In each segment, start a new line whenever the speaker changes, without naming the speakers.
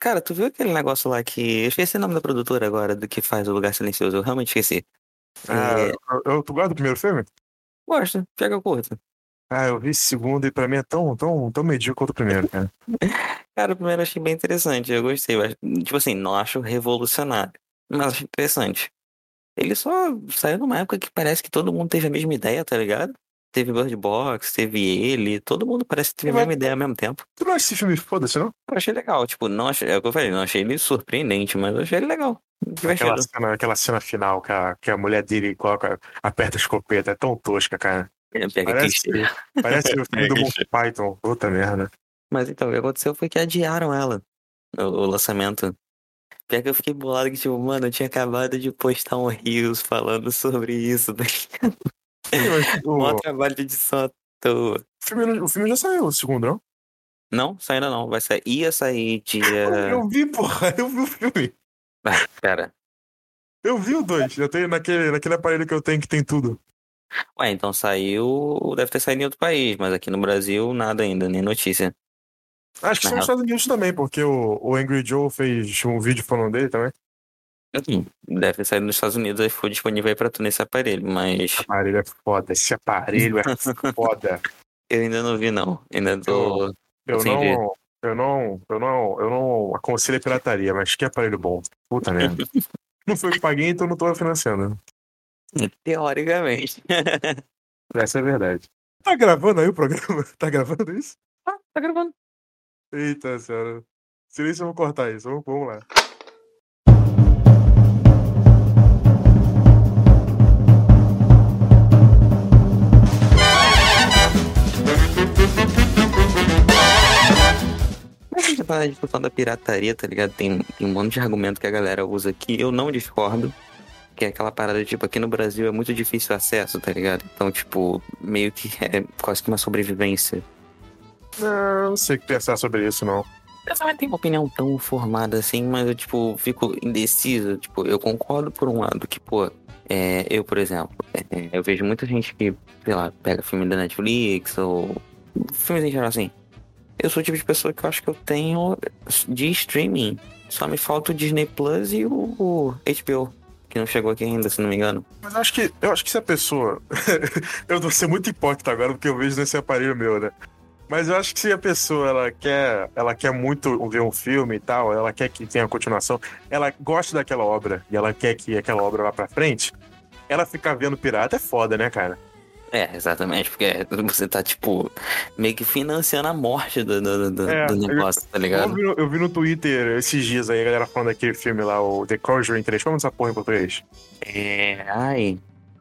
Cara, tu viu aquele negócio lá que. Eu esqueci o nome da produtora agora, do que faz o Lugar Silencioso. Eu realmente esqueci.
Ah, eu, tu gosta do primeiro filme?
Gosto, pega curto.
Ah, eu vi esse segundo e pra mim é tão, tão, tão medíocre quanto o primeiro, cara.
Cara, o primeiro eu achei bem interessante, eu gostei. eu acho- Tipo assim, não acho revolucionário, mas acho interessante. Ele só saiu numa época que parece que todo mundo teve a mesma ideia, tá ligado? Teve Bird Box, teve ele, todo mundo parece que teve a
Mas-
mesma ideia ao mesmo tempo.
Tu não acha esse filme foda-se, não?
Eu achei legal, tipo, não achei, é o que eu falei, não achei ele surpreendente, mas eu achei ele legal. Divertido.
Aquela cena, aquela cena final, cara, que a mulher dele coloca, aperta a escopeta, é tão tosca, cara.
É, pega
Parece,
aqui.
parece o filme do
É,
Monty Python. Puta merda.
Mas então, o que aconteceu foi que adiaram ela, o, o lançamento. Pior que eu fiquei bolado que, tipo, mano, eu tinha acabado de postar um Reels falando sobre isso, tá ligado? Mó
O
trabalho de edição à toa.
filme, não- o filme já saiu, o segundo, não?
Não, só ainda não. Vai sair. Ia sair dia.
Eu vi, porra, eu vi o filme.
Pera.
Eu vi o dois. Eu tenho naquele, naquele aparelho que eu tenho que tem tudo.
Ué, então saiu. Deve ter saído em outro país, mas aqui no Brasil nada ainda, nem notícia.
Acho que são
Não.
nos Estados Unidos também, porque o, o Angry Joe fez um vídeo falando dele também.
Enfim, Deve ter saído nos Estados Unidos, aí ficou disponível aí pra tu nesse aparelho, mas
aparelho é foda, esse aparelho é foda.
eu ainda não vi, não. Ainda tô.
Eu
Sim,
não,
vi.
eu não, eu não, eu não aconselho a pirataria, mas que aparelho bom. Puta merda. não foi eu que paguei, então não tô financiando.
Teoricamente.
Essa é a verdade. Tá gravando aí o programa? Tá gravando isso?
ah, tá gravando.
Eita, senhora. Silêncio, eu vou cortar isso. Vamos, vamos lá.
Mas a gente tá na discussão da pirataria, tá ligado? Tem, tem um monte de argumento que a galera usa aqui, eu não discordo. Que é aquela parada, tipo, aqui no Brasil é muito difícil o acesso, tá ligado? Então, tipo, meio que é quase que uma sobrevivência.
Não, não sei o que pensar sobre isso, não.
Eu também tenho uma opinião tão formada assim, mas eu, tipo, fico indeciso. Tipo, eu concordo por um lado que, pô, é, eu, por exemplo, é, eu vejo muita gente que, sei lá, pega filme da Netflix ou filmes em geral assim. Eu sou o tipo de pessoa que eu acho que eu tenho de streaming. Só me falta o Disney Plus e o, o HBO, que não chegou aqui ainda, se não me engano.
Mas eu acho que, eu acho que se a pessoa. eu vou ser muito hipócrita agora, porque eu vejo nesse aparelho meu, né? Mas eu acho que se a pessoa ela quer, ela quer muito ver um filme e tal, ela quer que tenha continuação, ela gosta daquela obra e ela quer que aquela obra vá pra frente, ela ficar vendo pirata é foda, né, cara?
É, exatamente, porque você tá, tipo, meio que financiando a morte do, do, do-
É,
do
eu-
negócio, tá
Eu
ligado?
vi, no- eu vi no Twitter esses dias aí a galera falando daquele filme lá, o The Conjuring 3, como é essa porra em português?
É, ai,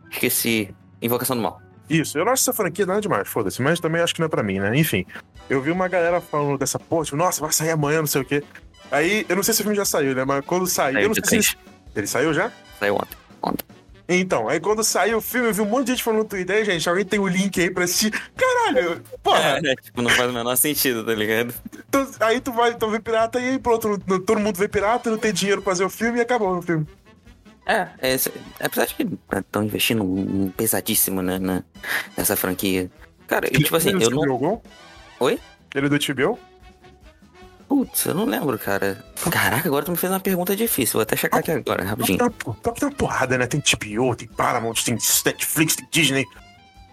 esqueci. Invocação do Mal.
Isso, eu não acho essa franquia nada demais, foda-se, mas também acho que não é pra mim, né? Enfim, eu vi uma galera falando dessa porra, tipo, nossa, vai sair amanhã, não sei o quê. Aí, eu não sei se o filme já saiu, né? Mas quando saiu, eu
Saiu
não
dia
sei se
3.
ele saiu já?
Saiu ontem.
Então, aí quando saiu o filme, eu vi um monte de gente falando no Twitter, aí, gente, alguém tem o link aí pra assistir. Caralho, porra,
É, tipo, não faz o menor sentido, tá ligado?
tu- aí tu vai, tu vê pirata e aí pronto, não- não- todo mundo vê pirata, não tem dinheiro pra fazer o filme e acabou o filme.
É, é, se- apesar de que estão investindo um, um pesadíssimo né, na- nessa franquia. Cara, e tipo assim,
Ele é
eu
do
não.
Tibiogol?
Oi?
Ele é do Tibio?
Putz, eu não lembro, cara. Caraca, agora tu me fez uma pergunta difícil. Vou até
Ah,
checar aqui agora,
Top
rapidinho.
da, top da porrada, né? Tem HBO, tem Paramount, tem Netflix, tem Disney.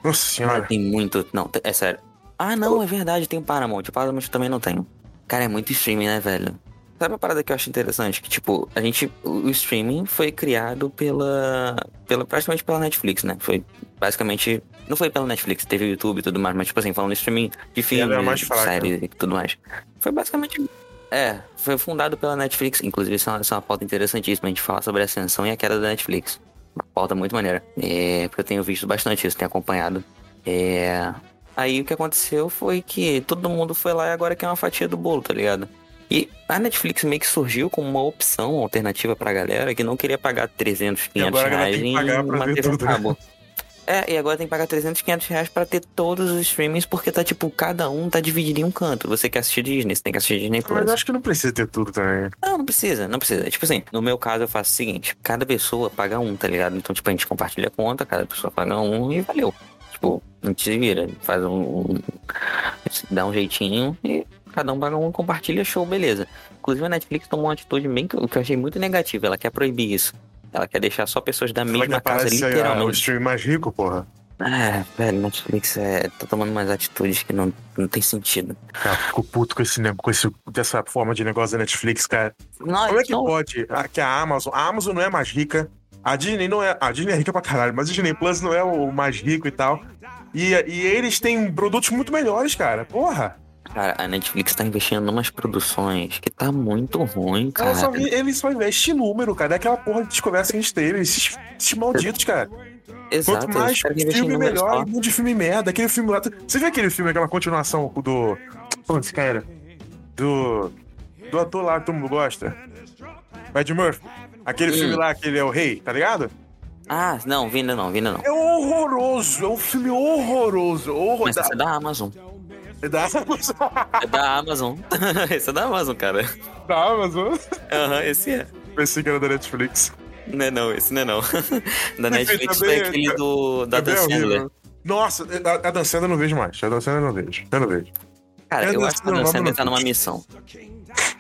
Nossa senhora.
Tem muito. Não, te- é sério. Ah, não, é verdade, tem o Paramount. O Paramount também não tenho. Cara, é muito streaming, né, velho? Sabe uma parada que eu acho interessante? Que, tipo, a gente. O o streaming foi criado pela. pela praticamente pela Netflix, né? Foi basicamente. Não foi pela Netflix, teve o YouTube e tudo mais, mas, tipo assim, falando de streaming de
era
filmes,
mais fraca.
séries e tudo mais. Foi basicamente. É, foi fundado pela Netflix. Inclusive, isso é uma, isso é uma pauta interessantíssima. A gente falar sobre a ascensão e a queda da Netflix. Uma pauta muito maneira. É, porque eu tenho visto bastante isso, tenho acompanhado. É. Aí o que aconteceu foi que todo mundo foi lá e agora quer uma fatia do bolo, tá ligado? E a Netflix meio que surgiu como uma opção uma alternativa pra galera que não queria pagar 300, 500
agora a galera
reais
tem que
em
pagar pra
uma
ver
TV a
tudo, né?
cabo. É, e agora tem que pagar 300, 500 reais pra ter todos os streamings, porque tá tipo, cada um tá dividido em um canto. Você quer assistir Disney, você tem que assistir Disney Plus.
Mas acho que não precisa ter tudo também.
Não, não precisa, não precisa. Tipo assim, no meu caso eu faço o seguinte, cada pessoa paga um, tá ligado? Então, tipo, a gente compartilha a conta, cada pessoa paga um e valeu. Tipo, a gente se vira, faz um. um- dá um jeitinho e cada um paga um, compartilha, show, beleza. Inclusive a Netflix tomou uma atitude bem que eu que eu achei muito negativa, ela quer proibir isso. Ela quer deixar só pessoas da
Ela que
mesma casa,
aparece aí, ah, o
literalmente.
stream mais rico, porra.
Ah, velho, Netflix é, tá tomando umas atitudes que não, não tem sentido.
Cara, fico puto com esse, ne- com esse, dessa forma de negócio da Netflix, cara.
Não,
Como é que
não,
pode? A, que a Amazon. A Amazon não é mais rica. A Disney não é. A Disney é rica pra caralho, mas a Disney Plus não é o mais rico e tal. E, e eles têm produtos muito melhores, cara. Porra.
Cara, a Netflix tá investindo em umas produções que tá muito ruim, cara.
Ela só, eles só investem em número, cara. É aquela porra de descoberta que a gente teve. Esses, esses malditos, cara.
Exato,
Quanto mais
eles querem investir em
filme,
números
melhor.
só.
Um monte de filme merda. Aquele filme lá. Você viu aquele filme, aquela continuação do. Onde cara? Do. Do ator lá que todo mundo gosta. Ed Murphy. Aquele
Hum.
filme lá que ele é o rei, tá ligado?
Ah, não, vinda não, vinda não.
É horroroso. É um filme horroroso.
Mas
Horroroso.
essa é da Amazon.
Da Amazon.
É da Amazon. esse é da Amazon, cara.
Da Amazon.
Aham, esse é.
Pensei que era da Netflix.
Não é não, esse não é não. da Netflix
também
foi
é-
aquele do, da Dan
Também é horrível.
Sandler.
Nossa, é, a, a Dan Sandler eu não vejo mais. A Dan Sandler eu não vejo. Eu não vejo.
Cara,
É
eu
Dan
acho que o
Sandler,
Dan Sandler
Robin
tá numa
Hood.
missão.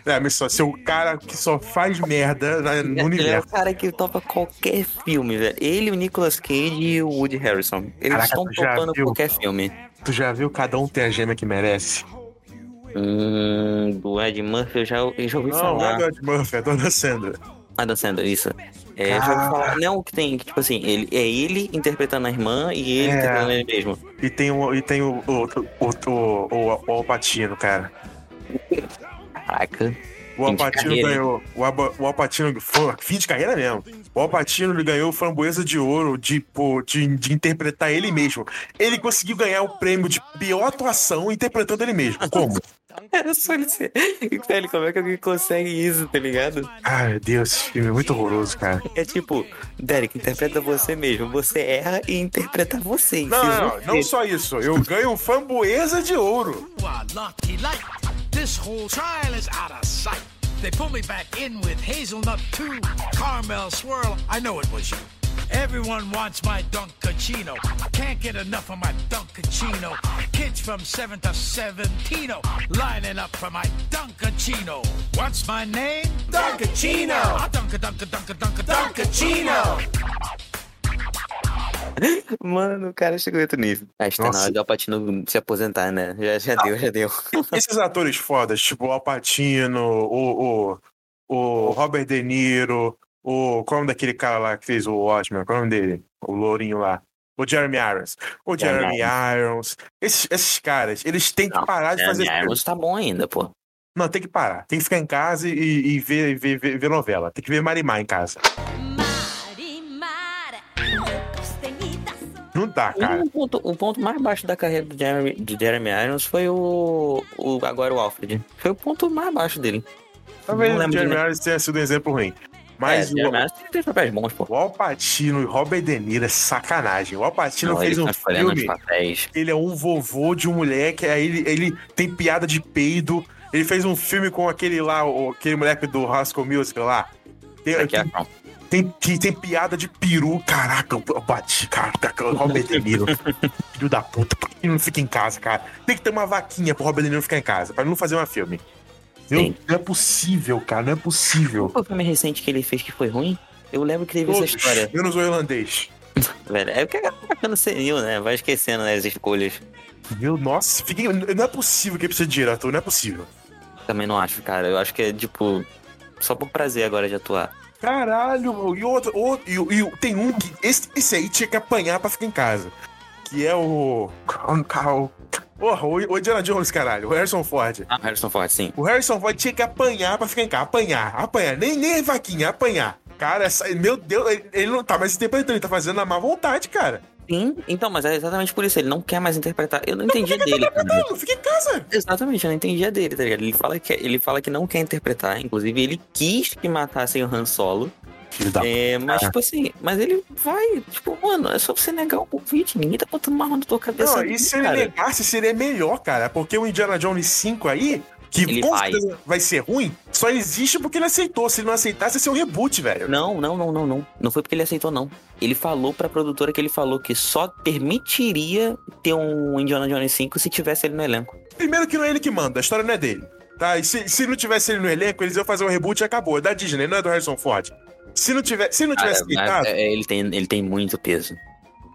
É, mas só, se o cara que só faz merda na- no
Ele é o
universo.
cara que topa qualquer filme, velho. Ele, o Nicolas Cage e o Woody Harrison. Eles
Caraca,
estão
tu já
topando
viu?
qualquer filme.
Tu já viu cada um tem a gêmea que merece?
Hum, do Ed Murphy eu já, eu já ouvi
Não, não
falar.
é do Ed Murphy, é do Adam Sandler.
Adam Sandler, tá isso. É, já ouvi
Cara.
falar. Não o que tem, que, tipo assim, ele, é ele interpretando a irmã e ele
É.
interpretando ele mesmo.
E tem o, e tem o, o, o, o, o, o Alpatino, cara.
Caraca.
O
Fim de
Alpatino
carreira, hein?
ganhou. O, Alba- o Alpatino. foi- Fim de carreira mesmo. O Alpatino ele ganhou o framboesa de ouro de, pô, de, de interpretar ele mesmo. Ele conseguiu ganhar o prêmio de pior atuação interpretando ele mesmo. Como?
Era É só ele ser. Velho, como é que alguém consegue isso, tá ligado?
Ai, meu Deus, esse filme é muito horroroso, cara.
É tipo, Derek, interpreta você mesmo. Você erra e interpreta você.
Não,
Se
não,
você-
não só isso. Eu ganho o framboesa de ouro.
You are naughty light. This whole trial is out of sight. They pulled me back in with hazelnut too, caramel swirl. I know it was you. Everyone wants my Dunkachino. Can't get enough of my Dunkachino. Kids from 7 to 17 lining up for my Dunkachino. What's my name? Dunkachino. I dunka dunka dunka dunka Dunkachino.
Mano, o cara chegou em outro nível. Acho que tá na
Nossa.
hora de Alpatino se aposentar, né? Já, já deu, já deu.
Esses atores fodas, tipo o Alpatino, o, o, o Robert De Niro, o. Qual é o nome daquele cara lá que fez o Watchmen? Qual é o nome dele? O Lourinho lá. O Jeremy Irons. O
Jeremy
Jeremy Irons. Esses, esses caras, eles têm que
Não,
parar de
É,
fazer.
minha Irons tá bom ainda, pô.
Não, tem que parar. Tem que ficar em casa e, e ver, ver, ver, ver novela. Tem que ver Marimar em casa.
Marimara,
Não dá, cara.
O Um ponto, o ponto mais baixo da carreira do Jeremy, de Jeremy Irons foi o, o. Agora o Alfred. Foi o ponto mais baixo dele.
Talvez
não
o
lembro
Jeremy
de-
Irons tenha sido um exemplo ruim. Mas
é,
o,
Jeremy Irons tem três papéis bons, pô.
o Alpatino e o Robert De Niro é sacanagem. O Alpatino
ele
fez um
tá escolhendo os
filme.
papéis.
ele é um vovô de um moleque, aí ele, ele tem piada de peido. Ele fez um filme com aquele lá, o- aquele moleque do Rascal Music lá. Tem,
Aqui é
tem, tem, que tem piada de peru. Caraca, eu eu bati, caraca, o Robert De Niro. Filho da puta, por que ele não fica em casa, cara? Tem que ter uma vaquinha pro Robert De Niro ficar em casa, pra ele não fazer um filme. Meu,
Sim.
não é possível, cara, não é possível.
Qual foi o filme recente que ele fez que foi ruim? Eu lembro é que teve essa
Todos,
história.
menos o irlandês.
Velho, é porque a galera tá ficando senil, né? Vai esquecendo né, as escolhas.
Meu, nossa, fiquei, não é possível que precisa de diretor, não é possível.
Também não acho, cara. Eu acho que é, tipo, só por prazer agora de atuar.
Caralho, mano. E outro, outro e, o- e o- tem um que. Esse, esse aí tinha que apanhar pra ficar em casa. Que é o. Carl. Porra, o, o Indiana Jones, caralho. O Harrison Ford.
Ah, Harrison Ford, sim.
O Harrison Ford tinha que apanhar pra ficar em casa. Apanhar, apanhar. Nem, nem vaquinha, apanhar. Cara, essa- meu Deus, ele, ele não tá mais interpretando, ele tá fazendo na má vontade, cara.
Sim, então, mas é exatamente por isso. Ele não quer mais interpretar. Eu não entendi a dele, cara.
Não, fica em casa.
Exatamente, eu não entendi a dele, tá ligado? Ele fala, que, ele fala que não quer interpretar. Inclusive, ele quis que matassem o Han Solo.
Filho da
É, mas, tipo assim, mas ele vai, tipo, mano, é só você negar o convite. Ninguém tá botando uma arma na tua cabeça.
Não,
aqui,
e se ele
cara.
negasse, seria melhor, cara. Porque o Indiana Jones 5 aí, que
Ele
com
vai.
certeza vai ser ruim, Só existe porque ele aceitou. Se ele não aceitasse, ia ser um reboot, velho.
Não, não, não, não, não. Não foi porque ele aceitou, não. Ele falou pra produtora que ele falou que só permitiria ter um Indiana Jones 5 se tivesse ele no elenco.
Primeiro que não é ele que manda, a história não é dele. Tá? E se, se não tivesse ele no elenco, eles iam fazer um reboot e acabou. É da Disney, não é do Harrison Ford. Se não, tiver, se não
Cara,
tivesse aceitado.
mas, é, ele, tem, ele tem muito peso.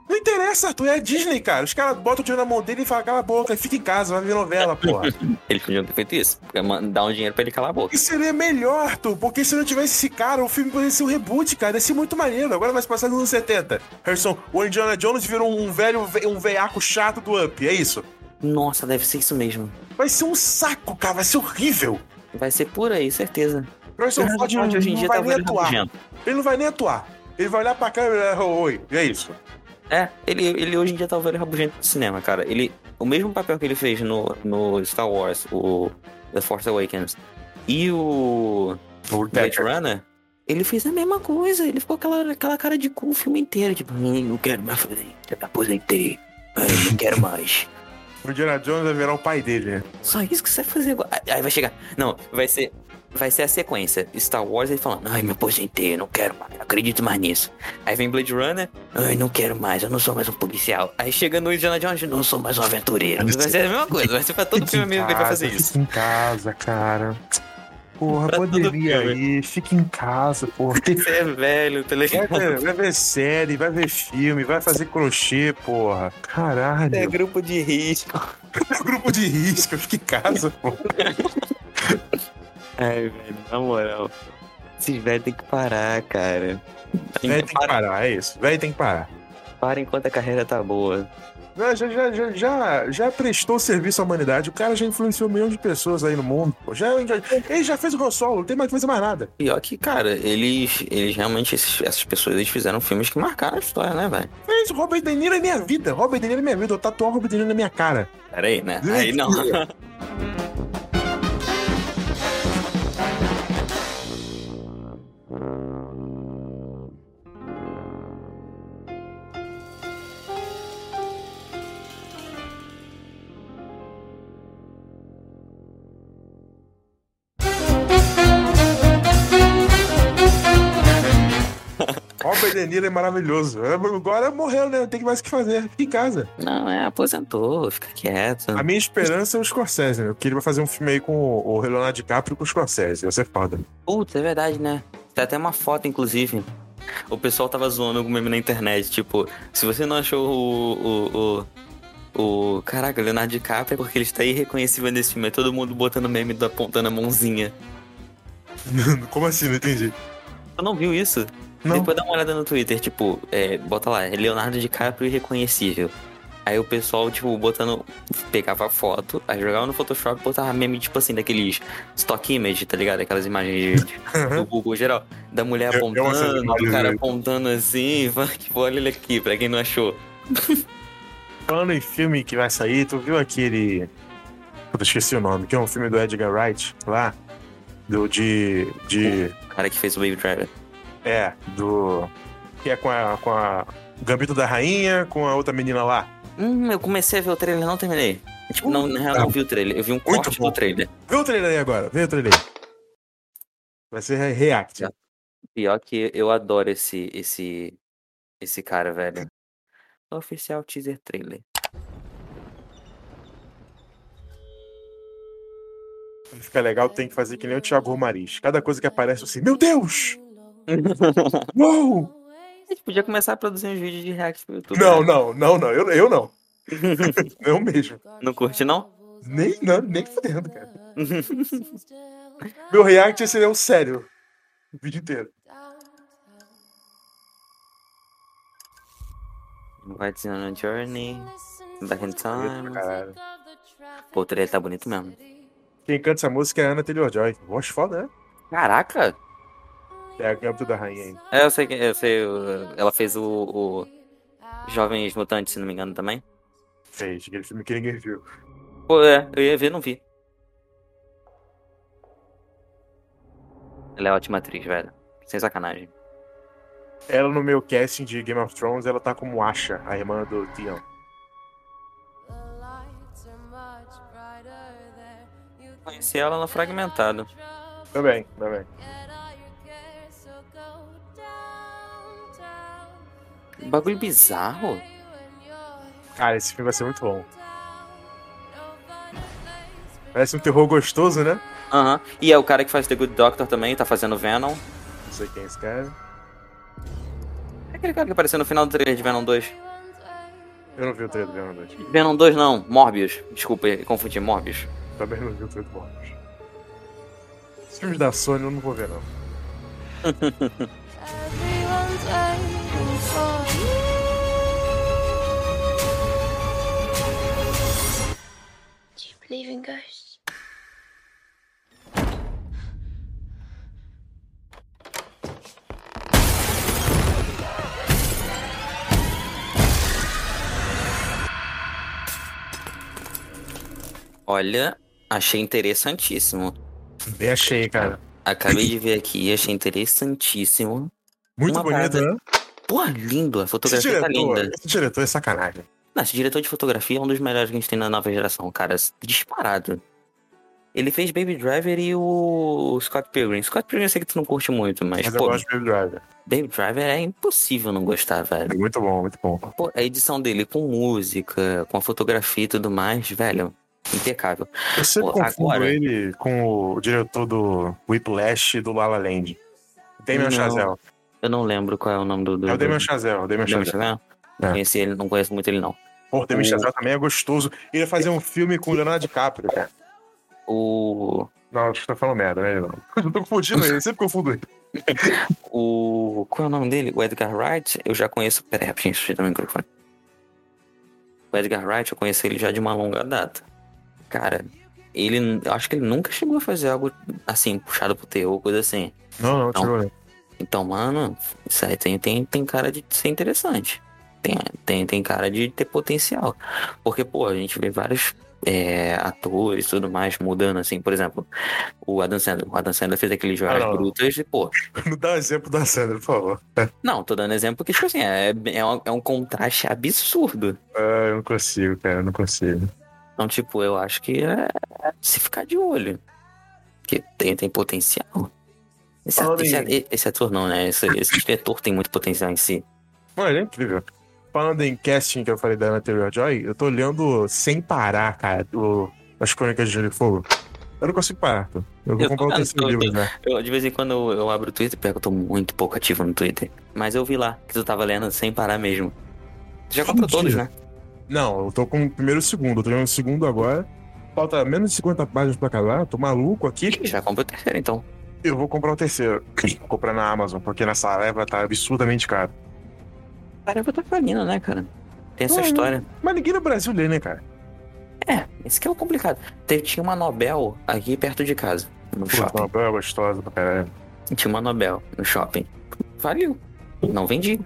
Não interessa, Arthur, é a Disney, cara. Os caras botam o dinheiro na mão dele e falam, cala a boca, fica em casa, vai ver novela, porra.
Ele podia ter feito isso. porque man- Dar um dinheiro pra ele calar a boca.
Isso seria melhor, Arthur, porque se não tivesse esse cara, o filme poderia ser um reboot, cara. Ia ser muito maneiro. Agora vai se passar nos anos 70. Harrison, o Indiana Jones virou um velho, um veiaco chato do Up, é isso?
Nossa, deve ser isso mesmo.
Vai ser um saco, cara, vai ser horrível.
Vai ser por aí, certeza.
O Harrison Ford não,
hoje em
não
dia
vai
tá
nem
vendo
atuar.
rabugento.
Ele não vai nem atuar. Ele vai olhar pra câmera e oi, é isso.
É, ele, ele hoje em dia tá o velho rabugento do cinema, cara. Ele, o mesmo papel que ele fez no, no Star Wars, o The Force Awakens, e o Blade Runner, ele fez a mesma coisa. Ele ficou aquela, aquela cara de cu o filme inteiro. Tipo, "Hum, não quero mais fazer, isso, já me aposentei. Ai, não quero mais.
O Indiana Jones vai virar o pai dele, né?
Só isso que você vai fazer agora. Aí vai chegar. Não, vai ser. Vai ser a sequência. Star Wars ele falando, ai, me aposentei, eu não quero mais, não acredito mais nisso. Aí vem Blade Runner, ai, não quero mais, eu não sou mais um policial. Aí chega no Indiana Jones, não sou mais um aventureiro. Vai ser a mesma coisa, vai ser pra todo filme mesmo que ele vai fazer isso.
Fica em casa, cara. Porra,
Pra todo
poderia
filme.
ir. Fica em casa, porra. Tem-
Você é velho,
Vai
televisão.
ver, vai ver série, vai ver filme, vai fazer crochê, porra. Caralho.
É grupo de risco.
É grupo de risco, fica em casa, porra.
Ai, É, velho, na moral. Esses velhos tem que parar, cara.
Velho tem que parar, é isso. Velho tem que parar.
para enquanto a carreira tá boa.
Já, já, já, já, já, já prestou serviço à humanidade. O cara já influenciou milhões de pessoas aí no mundo. pô. Já, já- ele já fez o Han Solo, não tem mais que fazer mais nada.
Pior que, cara, eles, eles realmente, esses- essas pessoas, eles fizeram filmes que marcaram a história, né, velho?
É isso, Robert De Niro é minha vida. Robert De Niro é minha vida. Eu tatuar o Robert De Niro na minha cara.
Pera aí, né? Aí não.
Robert De Niro é maravilhoso. Agora morreu, né? Não tem mais o que fazer. Fica em casa.
Não, é, aposentou, fica quieto.
A minha esperança é o Scorsese, né? Eu queria fazer um filme aí com o o Leonardo DiCaprio e com o Scorsese. Ia ser foda.
Puta, é verdade, né? Tem até uma foto, inclusive. O pessoal tava zoando algum meme na internet, tipo, se você não achou o. o, o, o caraca, o Leonardo DiCaprio é porque ele está irreconhecível nesse filme. É todo mundo botando meme do apontando a mãozinha.
Como assim? Não entendi.
Tu não viu isso?
Não.
Depois dá uma olhada no Twitter, tipo, é, bota lá, Leonardo DiCaprio irreconhecível. Aí o pessoal, tipo, botando. Pegava a foto, aí jogava no Photoshop e botava meme, tipo assim, daqueles stock image, tá ligado? Aquelas imagens de- do Google geral. Da mulher
Eu- eu amo essas
apontando, do
imagens
cara
mesmo.
apontando assim, tipo, olha ele aqui, pra quem não achou.
Falando em filme que vai sair, tu viu aquele. Puta, esqueci o nome, que é um filme do Edgar Wright lá. Do de. de.
O cara que fez o Baby Driver.
É, do. Que é com a. com a. Gambito da Rainha, com a outra menina lá.
Hum, eu comecei a ver o trailer, não terminei. Tipo, não, na real,
tá.
não vi o trailer. Eu vi um corte
bom.
do trailer.
Vê o trailer aí agora, vê o trailer aí. Vai ser re- react.
Já. Pior que eu adoro esse esse esse cara, velho. Oficial teaser trailer.
Quando fica legal, tem que fazer que nem o Thiago Romariz. Cada coisa que aparece eu assim, meu Deus! Uou!
A gente podia começar a produzir uns vídeos de react pro YouTube.
Não,
né?
não, não, não. Eu, eu não. eu mesmo.
Não curte, não?
Nem, não, nem fodendo, cara. Meu react seria um sério. O vídeo inteiro.
What's on a Journey, Back in
Pra
Time.
caralho.
Pô, o trailer tá bonito mesmo.
Quem canta essa música é a Ana Taylor-Joy. Voz foda, né?
Caraca!
É a Gâmbito da Rainha ainda.
É, eu sei que eu sei, o- ela fez o, o Jovens Mutantes, se não me engano, também.
Fez, aquele filme que ninguém viu.
Pô, é, eu ia ver, não vi. Ela é ótima atriz, velho. Sem sacanagem.
Ela no meu casting de Game of Thrones, ela tá como Asha, a irmã do Theon.
Conheci ela no Fragmentado.
Também, também.
Um Bagulho bizarro.
Cara, esse filme vai ser muito bom. Parece um terror gostoso, né?
Aham. E é o cara que faz The Good Doctor também, tá fazendo Venom.
Não sei quem é esse cara.
É aquele cara que apareceu no final do trailer de Venom 2.
Eu não vi o trailer do Venom 2.
Venom 2 não, Morbius. Desculpa, eu confundi, Morbius.
Também não vi o trailer do Morbius. Os filmes da Sony eu não vou ver, não.
Do you believe in ghosts?
Olha, achei interessantíssimo.
Bem achei, cara.
Acabei de ver aqui e achei interessantíssimo.
Muito
Uma
bonito,
parada-
né?
Pô, lindo, a
Esse
fotografia tá
diretor,
linda.
esse diretor é sacanagem.
Não, esse diretor de fotografia é um dos melhores que a gente tem na nova geração, cara. Disparado. Ele fez Baby Driver e o Scott Pilgrim. Scott Pilgrim eu sei que tu não curte muito, mas,
Mas eu
pô,
gosto de Baby Driver.
Baby Driver é impossível não gostar, velho.
É muito bom, muito bom.
Pô, a edição dele com música, com a fotografia e tudo mais, velho, impecável.
Eu sempre
Pô,
confundo
agora-
ele com o diretor do Whiplash e do La La Land. Damien
Não.
Chazelle.
Eu não lembro qual é o nome do. do
É o Damien
do-
Chazelle, o Damien
Damien
Chazelle.
Chazelle? Não
É.
Conheci ele, não conheço muito ele, não.
Pô, o Damien
O-
Chazelle também é gostoso. Ele ia fazer um filme com o Leonardo DiCaprio, cara.
O.
Não, acho que tá falando merda, né? Ele Não. Eu tô confundindo ele, eu sempre confundo ele.
O. Qual é o nome dele? O Edgar Wright, eu já conheço. Peraí, rapidinho, deixa eu tirar o microfone. O Edgar Wright, eu conheci ele já de uma longa data. Cara, ele. eu Acho que ele nunca chegou a fazer algo assim, puxado pro terror, coisa assim.
Não, não, tirou ele.
Então, mano, isso aí tem, tem, tem cara de ser interessante. Tem, tem, tem cara de ter potencial. Porque, pô, a gente vê vários é, atores e tudo mais mudando, assim, por exemplo, o Adam Sandler. O Adam Sandler fez aquele Joias
Ah, não.
Brutas e, pô.
Não dá um exemplo da Sandra, por favor.
Não, tô dando exemplo porque, tipo assim, é, é, um, é um contraste absurdo.
Ah, eu não consigo, cara, eu não consigo.
Então, tipo, eu acho que é, é se ficar de olho. Porque tem, tem potencial. Esse,
Falando
esse-
em-
esse ator não, né? Esse, esse diretor tem muito potencial em si.
Mano, ele é incrível. Falando em casting que eu falei da Ana Taylor Joy, eu tô lendo sem parar, cara, o... as crônicas de Gelo e Fogo. Eu não consigo parar, pô. Eu vou
Eu tô-
comprar o terceiro
eu tô-
livro já.
Eu, de vez em quando eu, eu abro o Twitter, porque eu tô muito pouco ativo no Twitter. Mas eu vi lá que tu tava lendo sem parar mesmo. Tu já
Todo
comprou todos,
dia.
né?
Não, eu tô com o primeiro e o segundo. Eu tô jogando o segundo agora. Falta menos de 50 páginas pra acabar. eu Tô maluco aqui.
Já comprou o terceiro, então.
Eu vou comprar o terceiro. Vou comprar na Amazon, porque nessa leva tá absurdamente caro.
Caramba, tá falindo, né, cara? Tem essa
Não, é
história.
Mas ninguém no Brasil lê, né, cara?
É, esse que é o complicado. Teve, tinha uma Nobel aqui perto de casa, no
Puta,
shopping.
é uma bela gostosa pra caralho.
Tinha uma Nobel no shopping. Valeu. Não vendi.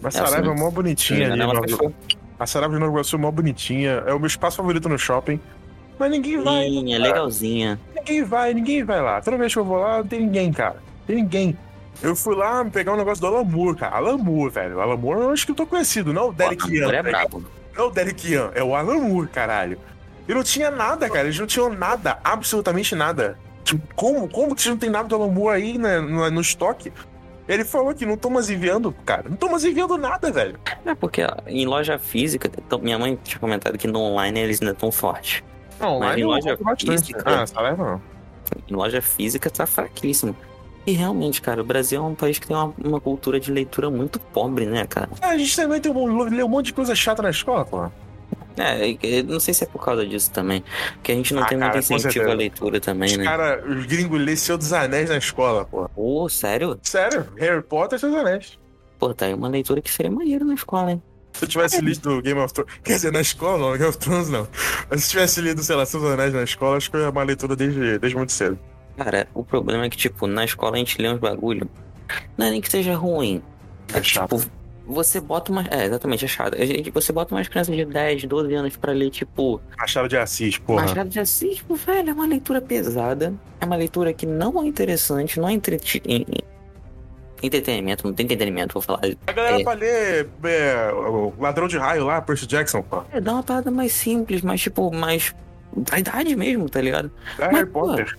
Mas
É,
a Saraiva é
assim,
mó bonitinha ali.
Ainda
em
ela
Nova-
fechou.
A Saraiva de Nova Iguaçu é mó bonitinha. É o meu espaço favorito no shopping. Mas ninguém vai,
Sim, é legalzinha.
ninguém vai, ninguém vai lá. Toda vez que eu vou lá, não tem ninguém, cara. Tem ninguém. Eu fui lá pegar um negócio do Alamur, cara. Alamur, velho. Alamur eu acho que eu tô conhecido, não o Derek
Pô,
Ian,
é
tá ligado?
brabo.
Não é o Derek Ian, é o Alan Moore, caralho. E não tinha nada, cara. Eles não tinham nada, absolutamente nada. Tipo, como? Como que vocês não tem nada do Alan Moore aí né, no, no estoque? Ele falou que não estão mais enviando, cara. Não estão mais enviando nada, velho.
É porque ó, em loja física, então, minha mãe tinha comentado que no online eles ainda tão fortes.
Não,
Mas em
eu
loja
compro bastante.
física?
Ah, Saraiva não.
em loja física tá fraquíssimo. E realmente, cara, o Brasil é um país que tem uma, uma cultura de leitura muito pobre, né, cara?
Ah, a gente também tem um, lê um monte de coisa chata na escola, pô.
É, e- e não sei se é por causa disso também. Porque a gente não
Ah,
tem muito
cara, com
incentivo
certeza.
à leitura também,
Os
né?
caras, os gringos lê Senhor dos Anéis na escola, pô.
Ô, sério?
Sério, Harry Potter e Senhor dos Anéis.
Pô, tá aí uma leitura que seria maneiro na escola, hein?
Se eu
É.
tivesse lido do Game of Thrones. Quer dizer, na escola não, Game of Thrones não. Mas se tivesse lido, sei lá, Seus Anéis na escola, acho que eu ia amar a leitura desde, desde muito cedo.
Cara, o problema é que, tipo, na escola a gente lê uns bagulho. Não é nem que seja ruim.
É chato.
Tipo, você bota uma. É, exatamente, é chato. A gente- Você bota umas crianças de 10, 12 anos pra ler, tipo,
Machado de Assis, porra.
Machado de Assis, tipo, velho, é uma leitura pesada. É uma leitura que não é interessante, não é entreti- em- em- entretenimento, não tem entretenimento, vou falar.
A galera
É.
pra ler é, o Ladrão de Raio lá, Percy Jackson, pô.
É, dá uma parada mais simples, mais, tipo, mais. Da idade mesmo, tá ligado?
É
Mas,
Harry Potter.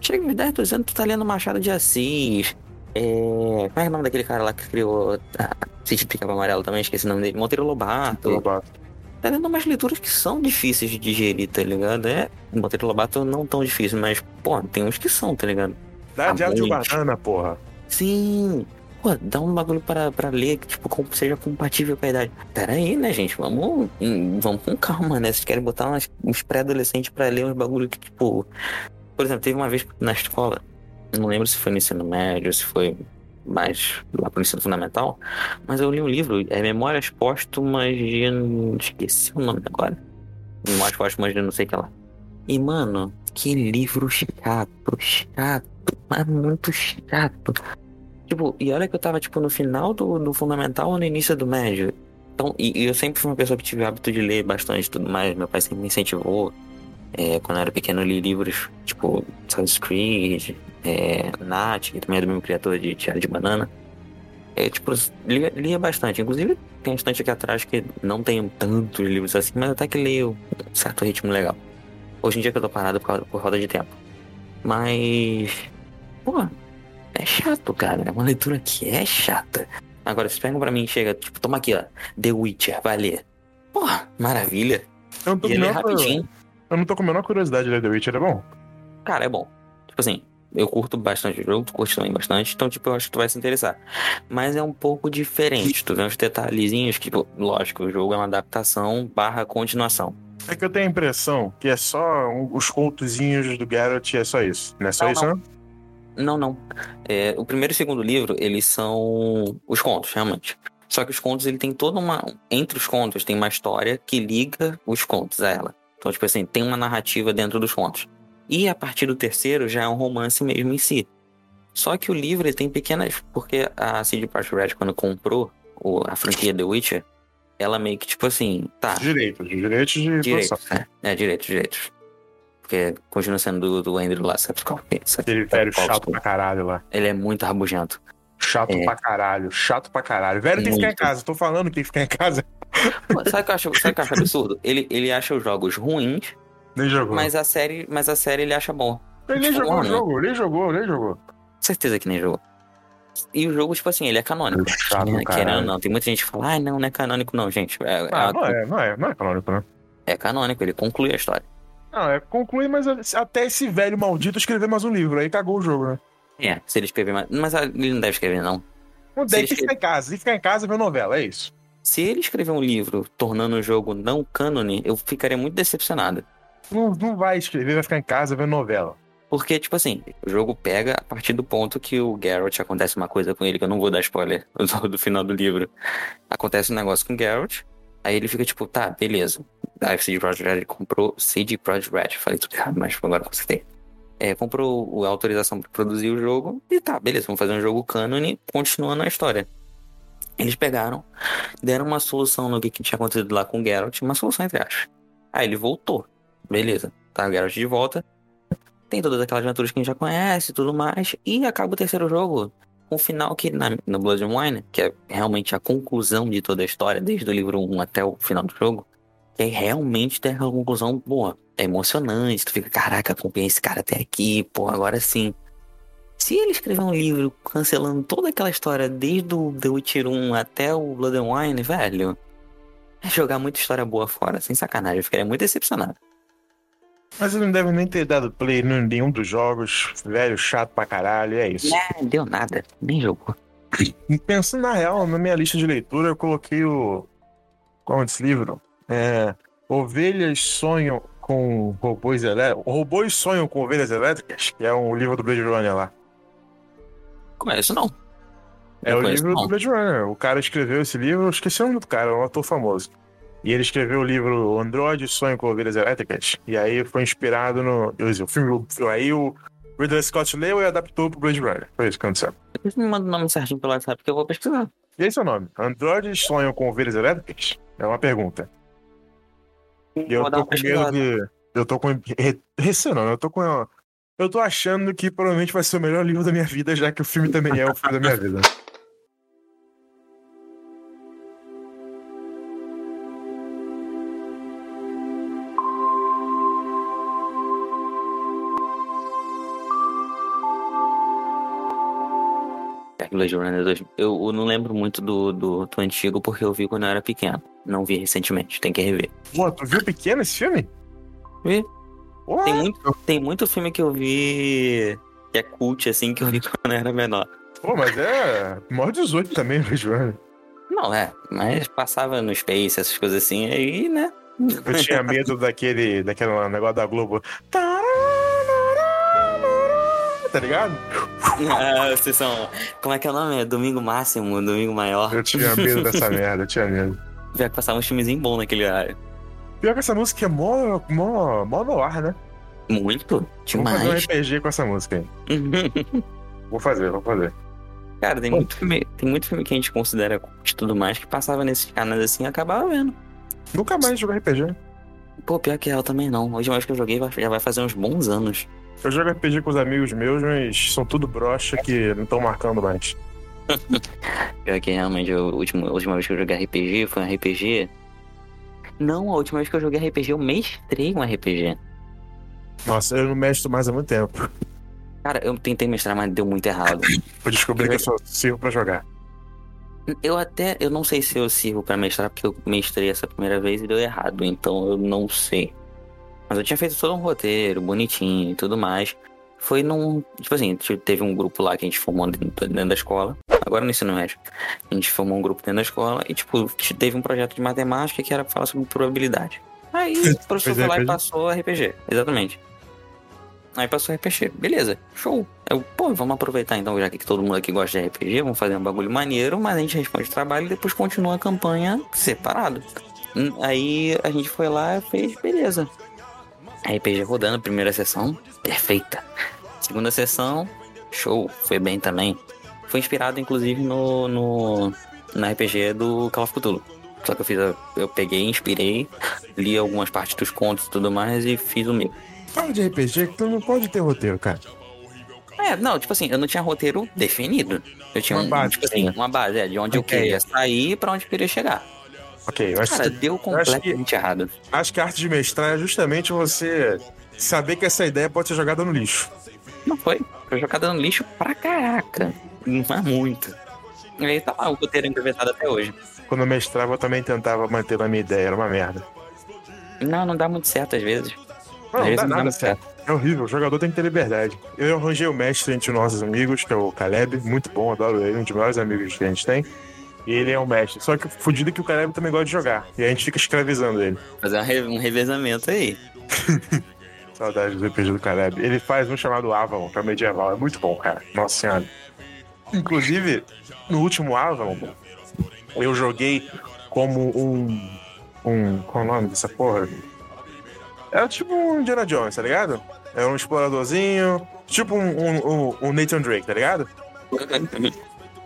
Chega nos 10, 12 anos, tu tá lendo Machado de Assis. É... Como é o nome daquele cara lá que criou ah, Sítio Picava Amarelo também? Esqueci o nome dele. Monteiro Lobato.
Lobato.
Tá lendo umas leituras que são difíceis de digerir, tá ligado? É, Monteiro Lobato não tão difícil, mas, pô, tem uns que são, tá ligado?
Dá
Ah,
diário de
muito.
banana, porra.
Sim. Pô, dá um bagulho pra, pra ler que, tipo, com- seja compatível com a idade. Pera aí, né, gente? Vamos, hum, vamos com calma, né? Vocês querem botar umas- uns pré-adolescentes pra ler uns bagulho que, tipo... Por exemplo, teve uma vez na escola, não lembro se foi no ensino médio, se foi mais lá pro ensino fundamental, mas eu li um livro, é Memórias Póstumas de... Esqueci o nome agora. Memórias Póstumas de não sei o que lá. E, mano, que livro chato, chato, mas muito chato. Tipo, e olha que eu tava, tipo, no final do, do fundamental ou no início do médio. Então, e, e eu sempre fui uma pessoa que tive o hábito de ler bastante e tudo mais. Meu pai sempre me incentivou. É, quando eu era pequeno, eu li livros, tipo, South Creed, é, Nath, que também é do mesmo criador de Tiara de Banana. É, tipo, lia, lia bastante. Inclusive, tem um estante aqui atrás que não tenho tantos livros assim, mas até que leio um certo ritmo legal. Hoje em dia que eu tô parado por, causa- por roda de tempo. Mas. Pô, é chato, cara. É uma leitura que é chata. Agora, vocês pegam pra mim e chega, tipo, toma aqui, ó. The Witcher, vai ler. Porra, maravilha.
Eu não tô
E
com a
ele é
menor-
rapidinho.
eu não tô com a menor curiosidade de ler The Witcher, é bom?
Cara, é bom. Tipo assim, eu curto bastante o jogo, tu curte também bastante, então, tipo, eu acho que tu vai se interessar. Mas é um pouco diferente. Tu vê uns detalhezinhos, que, tipo, lógico, o jogo é uma adaptação barra continuação.
É que eu tenho a impressão que é só um- os contozinhos do Garrett, é só isso. Não é só
Não,
isso, não?
Não, não. É, o primeiro e o segundo livro, eles são os contos, realmente. Só que os contos, ele tem toda uma. Entre os contos, tem uma história que liga os contos a ela. Então, tipo assim, tem uma narrativa dentro dos contos. E a partir do terceiro já é um romance mesmo em si. Só que o livro ele tem pequenas. Porque a CD Projekt Red, quando comprou o- a franquia The Witcher, ela meio que, tipo assim, tá.
Direitos, direitos de produção.
Direitos, né? É, direitos, direitos. Porque continua sendo do, do Andrew lá, sabe qual que é? Sabe
Aquele velho
qual que é?
chato pra caralho lá.
Ele é muito rabugento.
Chato
É.
pra caralho, chato pra caralho. Velho tem que ficar em
Muito.
casa, tô falando que tem que ficar em casa.
Pô, Sabe o que eu acho, sabe o que eu acho absurdo? Ele, ele acha os jogos ruins,
Nem jogou.
mas a série, mas a série ele acha bom.
ele nem
tipo,
jogou o
mano.
jogo, nem jogou, nem jogou.
Certeza que nem jogou. E o jogo, tipo assim, ele é canônico.
Chato,
Né? Querendo ou
caralho.
não, tem muita gente que fala, ah, não, não é canônico, não, gente. É, é,
Ah, não é, não é, não é canônico, né?
é canônico, ele conclui a história.
Não, é concluir, mas até esse velho maldito escrever mais um livro, aí cagou o jogo, né?
É, se ele escrever mais. Mas ah, ele não deve escrever, não.
Não
Se
tem
ele
que ficar em casa, tem que ficar em casa e ver novela, é isso.
Se ele escrever um livro tornando o jogo não cânone, eu ficaria muito decepcionado.
Não, não vai escrever, vai ficar em casa vendo novela.
Porque, tipo assim, o jogo pega a partir do ponto que o Geralt acontece uma coisa com ele, que eu não vou dar spoiler do, do final do livro. Acontece um negócio com o Geralt, aí ele fica tipo, tá, beleza. Aí o CD Projekt Red comprou CD Projekt Red, falei tudo errado, mas tipo, agora você tem. É, comprou o- a autorização pra produzir o jogo e tá, beleza, vamos fazer um jogo cânone, continuando a história. Eles pegaram, deram uma solução no que, que tinha acontecido lá com o Geralt, uma solução entre aspas. Aí ele voltou, beleza, tá o Geralt de volta tem todas aquelas aventuras que a gente já conhece e tudo mais. E acaba o terceiro jogo com um final que na, no Blood and Wine, que é realmente a conclusão de toda a história, desde o livro 1 até o final do jogo, que aí realmente tem aquela conclusão, boa, é emocionante, tu fica, caraca, acompanhei esse cara até aqui, pô, agora sim. Se ele escrever um livro cancelando toda aquela história, desde o The Witcher 1 até o Blood and Wine, velho, é jogar muita história boa fora, sem sacanagem, eu ficaria muito decepcionado.
Mas ele não deve nem ter dado play em nenhum dos jogos, velho chato pra caralho, é isso.
Não deu nada, nem jogou.
Pensando na real, na minha lista de leitura, eu coloquei o. Qual é esse livro? É. Ovelhas sonham com robôs elétricos. Robôs sonham com ovelhas elétricas, que é um livro do Blade Runner lá.
Conheço não.
É
Não
o
conheço,
livro
não.
do Blade Runner. O cara escreveu esse livro, eu esqueci o nome do cara, é um ator famoso. E ele escreveu o livro Android Sonho com Ovelhas Elétricas. E aí foi inspirado no. eu disse, O filme. o- Aí o Ridley Scott leu e adaptou pro Blade Runner. Foi isso que aconteceu.
Depois me manda o nome certinho pelo WhatsApp que eu vou pesquisar.
E esse é o nome. Androides Sonham com Ovelhas Elétricas? É uma pergunta. E eu
Vou dar
tô
uma
com medo
pesquisada.
de. Eu tô com. re- Receio não, eu tô com. Eu tô achando que provavelmente vai ser o melhor livro da minha vida, já que o filme também é o filme da minha vida.
Blade Runner 2000. né? Eu, eu não lembro muito do, do, do antigo porque eu vi quando eu era pequeno. Não vi recentemente, tem que rever.
Pô, tu viu pequeno esse filme?
Vi.
Pô,
Tem muito, tem muito filme que eu vi que é cult, assim, que eu vi quando eu era menor.
pô, mas é. Maior 18 também, né, Blade Runner.
Não, é, mas passava no Space, essas coisas assim, aí, né?
Eu tinha medo daquele, daquele negócio da Globo. Tá ligado?
Ah, vocês são. Como é que é o nome? É Domingo Máximo, Domingo Maior.
Eu tinha medo dessa merda, eu tinha medo.
Já que passava um filmezinho bom naquele horário.
Pior que essa música é mó, mó, mó no ar, né?
Muito?
Vamos fazer um
Demais.
RPG com essa música aí. Vou fazer, vou fazer.
Cara, tem muito, filme, tem muito filme que a gente considera cult e tudo mais que passava nesses canais assim e acabava vendo.
Nunca mais jogo RPG.
Pô, pior que ela também não. Hoje mais que eu joguei vai- já vai fazer uns bons anos.
Eu jogo RPG com os amigos meus, mas são tudo brocha que não estão marcando mais.
Pior que realmente eu- a última, a última vez que eu joguei RPG foi um RPG. Não, a última vez que eu joguei RPG eu mestrei um RPG.
Nossa, eu não mestro mais há muito tempo.
Cara, eu tentei mestrar, mas deu muito errado.
Eu descobri que eu só sirvo pra jogar.
Eu até, eu não sei se eu sirvo pra mestrar, porque eu mestrei essa primeira vez e deu errado, então eu não sei. Mas eu tinha feito todo um roteiro bonitinho e tudo mais. Foi num. Tipo assim, te- teve um grupo lá que a gente formou dentro, dentro da escola, agora no ensino médio. tipo, A gente formou um grupo dentro da escola e, tipo, te- teve um projeto de matemática que era pra falar sobre probabilidade. Aí o professor
Fez
foi lá e
RPG.
passou RPG, exatamente. Aí passou RPG, beleza, show. Eu, pô, vamos aproveitar então, já que todo mundo aqui gosta de RPG, vamos fazer um bagulho maneiro, mas a gente responde trabalho e depois continua a campanha separado. Hum, Aí a gente foi lá e fez, beleza. RPG rodando, primeira sessão, perfeita. Segunda sessão, show, foi bem também. Foi inspirado, inclusive, no, no, no RPG do Call of Cthulhu. Só que eu fiz, a- eu peguei, inspirei, li algumas partes dos contos e tudo mais e fiz o meu.
Fala de RPG que tu não pode ter roteiro, cara.
É, não, tipo assim, eu não tinha roteiro definido. Eu tinha
Uma
um-
base,
tipo assim, uma base, é, de onde eu
Ok.
queria sair pra onde eu queria chegar.
Ok, eu acho,
Cara,
que,
deu
acho que-
completamente errado.
acho que a arte de mestrar é justamente você saber que essa ideia pode ser jogada no lixo.
Não foi. Foi jogada no lixo pra caraca. Não é muito. E aí tá lá o roteiro engavetado até hoje.
Quando eu mestrava, eu também tentava manter a minha ideia, era uma merda.
Não, não dá muito certo às vezes. às
Não, não
vezes
dá nada
muito
certo. É horrível, o jogador tem que ter liberdade. Eu arranjei o mestre entre os nossos amigos, que é o Caleb, muito bom, adoro ele, um dos melhores amigos que a gente tem. E ele é um mestre. Só que o fudido é que o Caleb também gosta de jogar. E a gente fica escravizando ele.
Fazer um re- um revezamento aí.
Saudade do RPG do Caleb. Ele faz um chamado Avalon, que é medieval. É muito bom, cara. Nossa senhora. Inclusive, no último Avalon, eu joguei como um. um qual é o nome dessa porra? É tipo um Indiana Jones, tá ligado? É um exploradorzinho. Tipo um, um- um- um Nathan Drake, tá ligado?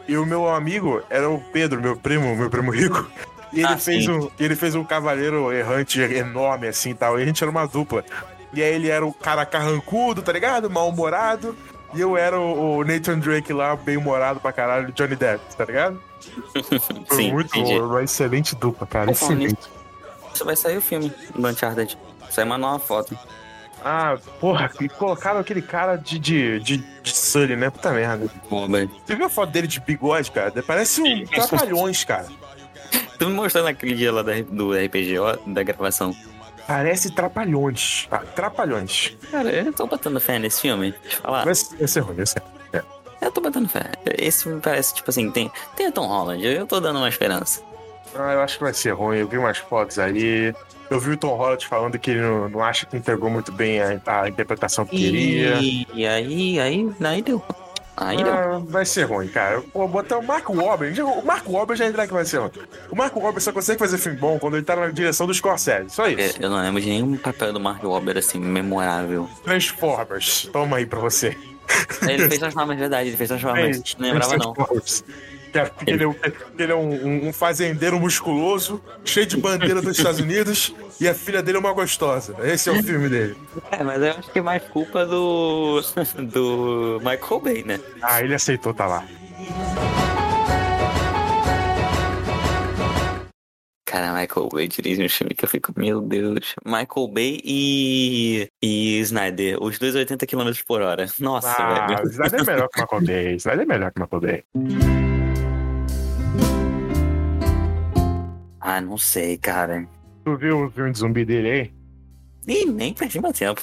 E o meu amigo era o Pedro, meu primo, meu primo rico. E ele,
Ah,
fez
sim.
um, ele fez um cavaleiro errante enorme, assim e tal. E a gente era uma dupla. E aí ele era o cara carrancudo, tá ligado? Mal-humorado. E eu era o, o Nathan Drake lá, bem-humorado pra caralho, Johnny Depp, tá ligado? Foi
Sim,
muito
entendi.
bom, uma excelente dupla, cara.
Pô, falando
Excelente.
Só vai sair o filme do Uncharted. Sai uma nova foto.
Ah, porra, e colocaram aquele cara de, de, de, de Sully, né? Puta merda.
Boba.
Você viu a foto dele de bigode, cara? Parece um trapalhões, cara.
Tu me mostrou naquele dia lá da- do RPG, ó, da gravação.
Parece trapalhões. Ah, trapalhões.
Cara, eu tô botando fé nesse filme. Deixa eu falar.
Vai ser, vai ser ruim, vai ser ruim. É.
Eu tô botando fé. Esse filme parece, tipo assim, tem, tem a Tom Holland. Eu tô dando uma esperança.
Ah, eu acho que vai ser ruim. Eu vi umas fotos aí. Eu vi o Tom Holland falando que ele não, não acha que entregou muito bem a, a interpretação que queria.
E, e aí, aí, aí deu. Aí deu.
Ah, vai ser ruim, cara. Pô, botar o Marco Wahlberg. já- O Marco Wahlberg já entrar que vai ser ruim. O Marco Wahlberg só consegue fazer filme bom quando ele tá na direção dos Scorsese. Só isso.
É, Eu não lembro de nenhum papel do Mark Wahlberg assim, memorável.
Transformers. Toma aí pra você.
Ele fez Transformers, verdade, ele fez Transformers.
Gente,
Não lembrava, não.
Transformers. Que é- que ele é, um, que ele é um- um- um fazendeiro musculoso, cheio de bandeira dos Estados Unidos, e a filha dele é uma gostosa. Esse é o filme dele.
É, mas eu acho que é mais culpa do. do Michael Bay, né?
Ah, ele aceitou tá lá.
Cara, Michael Bay dirige um filme que eu fico, meu Deus. Michael Bay e. e Snyder, os dois 80 km por hora. Nossa,
Ah,
velho.
Snyder é melhor que Michael Bay. Snyder é melhor que Michael Bay.
Ah, não sei, cara.
Tu viu o filme de zumbi dele aí?
Ih, nem perdi meu tempo.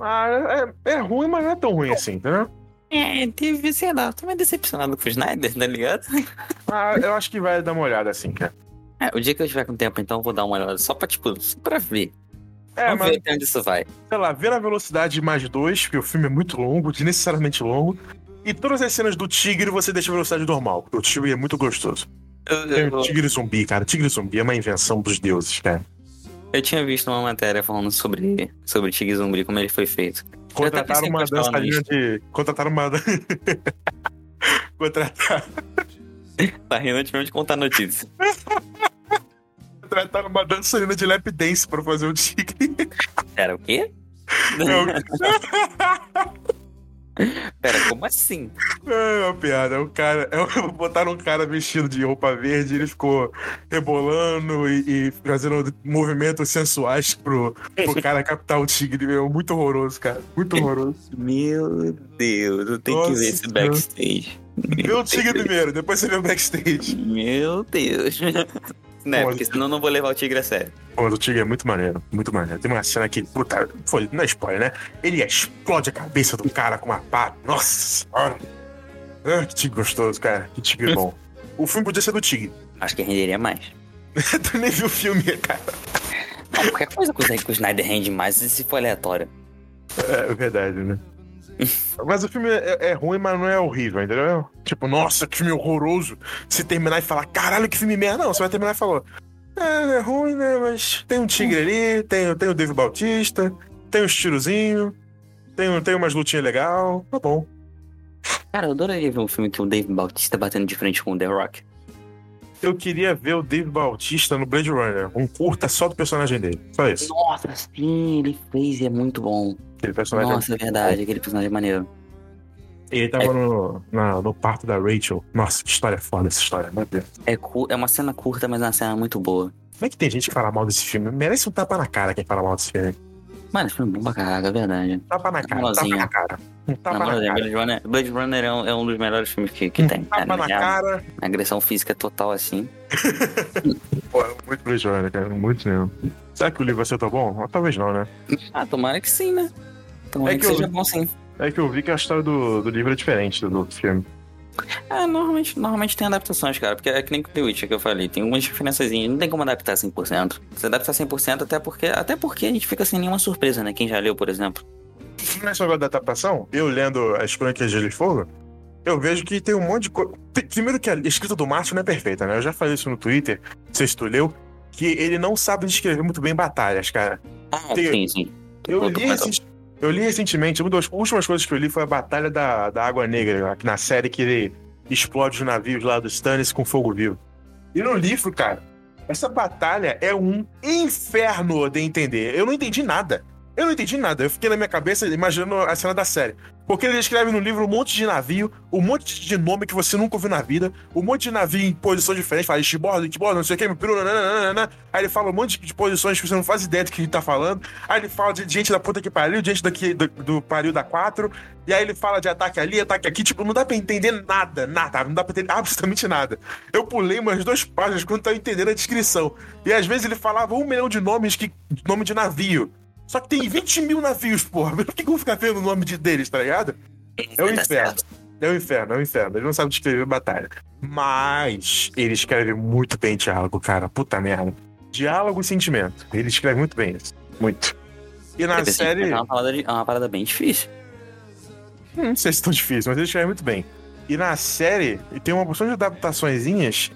Ah, é, é ruim, mas não é tão ruim assim, entendeu?
É, teve, sei lá, eu tô meio decepcionado com o Snyder, tá ligado?
Ah, eu acho que vai dar uma olhada assim, cara.
É, o dia que eu tiver com tempo, então, eu vou dar uma olhada só pra, tipo, só pra ver.
É,
Vamos
mas
ver até onde isso vai.
sei lá, ver a velocidade mais dois, porque o filme é muito longo, desnecessariamente longo. E todas as cenas do tigre você deixa a velocidade normal. porque O tigre é muito gostoso.
Eu,
Tem
É, eu,
o tigre zumbi, cara. Tigre zumbi é uma invenção dos deuses, cara.
eu tinha visto uma matéria falando sobre, sobre Tigre Zumbi, como ele foi feito. Eu até
Contrataram
pensei em
uma
postar lá no
dançarina
Insta.
de. Contrataram uma. dan- Contrataram
Tá rindo antes mesmo de contar a notícia.
contrataram uma dançarina tá de lap dance pra fazer um então, o tigre.
Pera, o quê?
Não,
Pera, como assim?
É uma piada, é um cara. É um, botaram um cara vestido de roupa verde, ele ficou rebolando e, e fazendo movimentos sensuais pro, pro cara captar o tigre. meu, muito horroroso, cara. Muito horroroso.
Meu Deus, eu tenho que
Nossa
ver esse
Senhora.
backstage.
Vê o tigre primeiro, depois você vê o backstage.
Meu Deus. Né,
Olha.
porque senão eu não vou levar o tigre a sério.
Pô, o tigre é muito maneiro, muito maneiro. Tem uma cena que, puta, foi, não é spoiler, né? Ele explode a cabeça do cara com uma pá. Nossa senhora. Ah, que tigre gostoso, cara. Que tigre bom. O filme podia ser do tigre.
Acho que renderia mais.
tu nem viu o filme, cara.
Ah, qualquer coisa que o Snyder rende mais, se for aleatório.
É verdade, né? mas o filme é, é ruim, mas não é horrível, entendeu? Tipo, nossa, que filme horroroso. Se terminar e falar, caralho, que filme merda. Não, você vai terminar e falar, é, é ruim, né? Mas tem um tigre ali, tem, tem o David Bautista, tem uns tirozinhos, tem, tem umas lutinhas legal, tá bom.
Cara, eu adoraria ver um filme que o Dave Bautista batendo de frente com o The Rock.
Eu queria ver o David Bautista no Blade Runner, um curta só do personagem dele. Só isso.
Nossa, sim, ele fez e é muito bom.
Aquele personagem
Nossa, é verdade, aquele personagem é maneiro.
E ele tava no, na- no parto da Rachel. Nossa, que história foda essa história, meu Deus.
É, cu- é uma cena curta, mas é uma cena muito boa.
Como é que tem gente que fala mal desse filme? Merece um tapa na cara quem fala mal desse filme. Um
Mano, esse filme é bom pra caraca, é verdade.
Tapa na cara,
Malzinho. é
tapa na cara. Um tapa
Na
na,
moral,
cara.
Blade Runner, Blade Runner é um, é um dos melhores filmes que, que
Um
tem. cara.
tapa na
É
cara.
uma Agressão física total, assim.
Pô, é muito prejuízo, cara. Muito mesmo. Será que o livro vai ser tão bom? Talvez não, né?
Ah, tomara que sim, né? Tomara
É
que,
que eu-
seja bom, sim.
É que eu vi que a história do, do livro é diferente do, do filme.
Ah, normalmente, normalmente tem adaptações, cara. Porque é que nem com The Witcher que eu falei. Tem algumas diferençazinhas. Não tem como adaptar 100%. Você adapta 100% até porque, até porque a gente fica sem nenhuma surpresa, né? Quem já leu, por exemplo.
Não é só agora da adaptação? Eu lendo As Crônicas de Gelo e Fogo, eu vejo que tem um monte de coisa. Primeiro que a escrita do Márcio não é perfeita, né? Eu já falei isso no Twitter, não sei se tu leu, que ele não sabe descrever muito bem batalhas, cara.
Ah,
Tem-
sim, sim.
Eu
Pô,
li,
mas-
recen- eu li recentemente, uma das últimas coisas que eu li foi a Batalha da, da Água Negra, na série que ele explode os navios lá do Stannis com fogo vivo. E no livro, cara, essa batalha é um inferno de entender. Eu não entendi nada. Eu não entendi nada. Eu fiquei na minha cabeça imaginando a cena da série. Porque ele escreve no livro um monte de navio, um monte de nome que você nunca ouviu na vida, um monte de navio em posição diferente, fala esborda, esborda, não sei o que, peru, nananana. aí ele fala um monte de posições que você não faz ideia do que ele tá falando, aí ele fala de gente da puta que pariu, gente daqui, do, do pariu da 4, e aí ele fala de ataque ali, ataque aqui, tipo, não dá pra entender nada, nada, não dá pra entender absolutamente nada. Eu pulei umas duas páginas quando tava entendendo a descrição, e às vezes ele falava um milhão de nomes, que nome de navio, só que tem 20 mil navios, porra, por que que eu vou ficar vendo o nome de deles, tá ligado? É o
Tá
inferno.
certo.
É o inferno, é o inferno. Ele não sabe descrever batalha. Mas ele escreve muito bem diálogo, cara. Puta merda. Diálogo e sentimento. Ele escreve muito bem isso. Muito. E na
Deve ser-
série.
É uma parada, de- é uma parada bem difícil.
Hum, Não sei se é tão difícil, mas ele escreve muito bem. E na série, tem uma porção de adaptaçõezinhas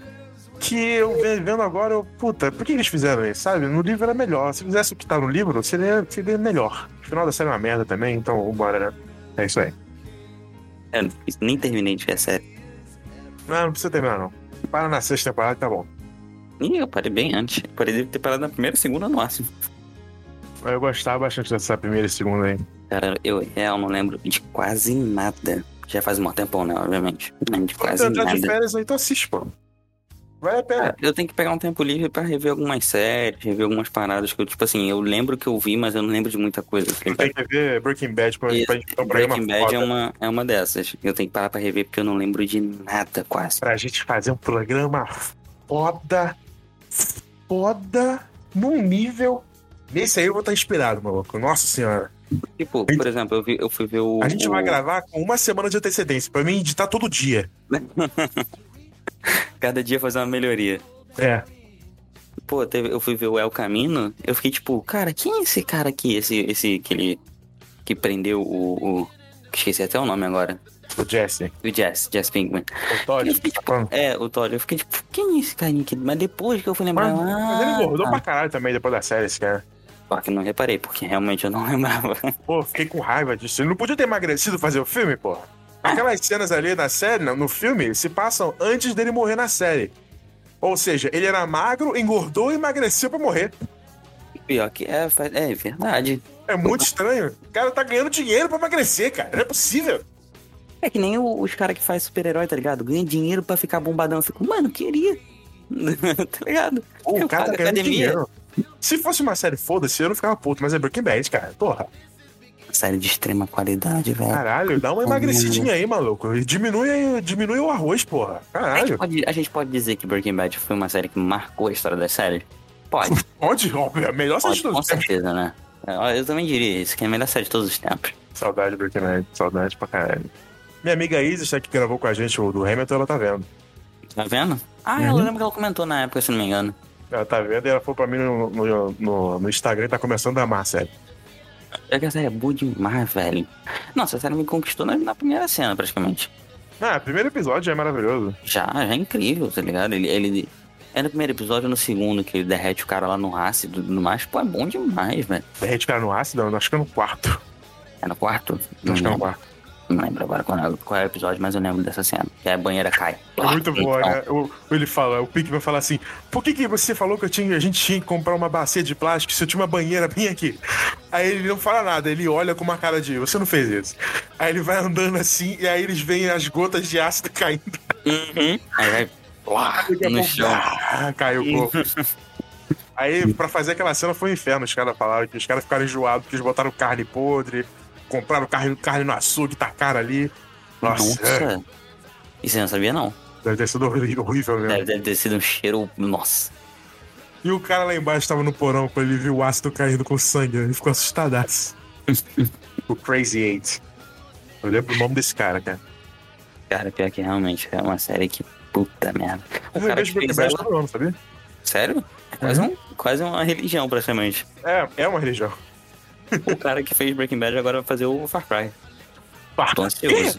que eu ve- vendo agora, eu, puta, por que eles fizeram isso, sabe? No livro era melhor. Se fizesse o que tá no livro, seria, seria melhor. O final da série é uma merda também, então vambora, né? É isso aí.
Eu nem terminei de ver a série.
Não, não precisa terminar, não. Para na sexta temporada, que tá bom.
Ih, eu parei bem antes. Eu Parei de ter parado na primeira, segunda no máximo.
Eu gostava bastante dessa primeira e segunda aí.
Cara, eu real não lembro de quase nada. Já faz um tempão, né? Obviamente. Não lembro de
Quando
quase
tu entrar tá de
nada.
férias aí, tu assiste, pô. Vale a pena.
É, eu tenho que pegar um tempo livre pra rever algumas séries, rever algumas paradas que eu, tipo assim, eu lembro que eu vi, mas eu não lembro de muita coisa. assim,
Tem que ver Breaking Bad pra,
Isso,
pra gente ter É um programa
Breaking Bad
foda.
é uma, é uma dessas. Eu tenho que parar pra rever porque eu não lembro de nada, quase.
Pra gente fazer um programa foda, foda, num nível. Nesse aí eu vou estar inspirado, maluco. Nossa senhora.
Tipo,
gente-
por exemplo, eu, vi- eu fui ver o.
A gente vai
o-
gravar com uma semana de antecedência, pra mim editar todo dia.
Cada dia fazer uma melhoria.
É.
Pô, teve- eu fui ver o El Camino, eu fiquei tipo, cara, quem é esse cara aqui? Esse, esse que ele. que prendeu o. o- Esqueci até o nome agora.
O Jesse. Tá
O Jess, Jess Pinkman.
O Todd.
Eu fiquei, tipo, é, o Todd. Eu fiquei tipo, quem é esse carinha aqui? Mas depois que eu fui lembrar.
Mas, mas ele
ah,
engordou
tá.
pra caralho também depois da série, esse cara.
Só que não reparei, porque realmente eu não lembrava.
Pô, fiquei com raiva disso. Ele não podia ter emagrecido fazer o filme, pô. Aquelas cenas ali na série, no no filme, se passam antes dele morrer na série. Ou seja, ele era magro, engordou e emagreceu pra morrer.
Pior que é, fa- é verdade.
É muito estranho. O cara tá ganhando dinheiro pra emagrecer, cara. Não é possível.
É que nem o- os caras que faz super-herói, tá ligado? Ganha dinheiro pra ficar bombadão. Eu fico, mano, queria. tá ligado?
Pô, o
Eu
cara tá
pago
ganhando dinheiro. Se fosse uma série foda-se, eu não ficava puto, mas é Breaking Bad, cara. Porra,
Série de extrema qualidade, velho.
caralho, dá uma emagrecidinha aí, maluco. E Diminui, diminui o arroz, porra.
A gente,
Caralho.
pode, a gente pode dizer que Breaking Bad foi uma série que marcou a história das séries? Pode,
Onde? Óbvio, a melhor série de
pode com
todos.
certeza, né? Eu também diria isso, que é a melhor série de todos os tempos.
Saudade do Breaking Bad, saudade pra caralho. Minha amiga Isis, né, que gravou com a gente o do Hamilton, ela tá vendo.
Tá vendo? Ah,
Uhum.
eu lembro que ela comentou na época, se não me engano.
Ela tá vendo e ela foi pra mim no, no, no, no Instagram e tá começando a amar a série.
É que a série é boa demais, velho. Nossa, a série me conquistou na, na primeira cena, praticamente.
Ah, primeiro episódio já é maravilhoso.
Já, já é incrível, tá ligado? Ele, ele. É no primeiro episódio, no segundo, que ele derrete o cara lá no ácido e tudo mais. Pô, é bom demais, velho.
Derrete o cara no ácido? Não, acho que é no quarto.
É no quarto? Não,
Acho que é no
lembro-
quarto.
não lembro agora qual é, qual é o episódio, mas eu lembro dessa cena. Que a banheira cai.
É muito boa,
Então,
né? O, ele fala, o Pique vai falar assim: por que, que você falou que eu tinha, a gente tinha que comprar uma bacia de plástico se eu tinha uma banheira bem aqui? Aí ele não fala nada, ele olha com uma cara de: você não fez isso. Aí ele vai andando assim e aí eles veem as gotas de ácido caindo.
Uhum. Aí vai
Uá,
no chão.
Ah, caiu o corpo. Aí, pra fazer aquela cena foi um inferno. Os caras falaram que os caras ficaram enjoados, porque eles botaram carne podre, compraram carne, carne no açougue, tacaram ali. Nossa, é,
Nossa. Isso eu não sabia, não.
deve ter sido horrível, horrível mesmo.
Deve, deve ter sido um cheiro. Nossa.
E o cara lá embaixo tava no porão quando ele viu o ácido caindo com sangue. né? Ele ficou assustadaço. o Crazy Eight. Eu lembro o nome desse cara, cara.
Cara, pior que realmente é uma série que. Puta merda. O
Eu
cara
vejo
que fez
Breaking Bad
ela.
todo ano, sabia?
Sério? É Quase, um, quase uma religião, praticamente.
É, é uma religião.
O cara que fez Breaking Bad agora vai fazer o Far Cry. Tô ansioso.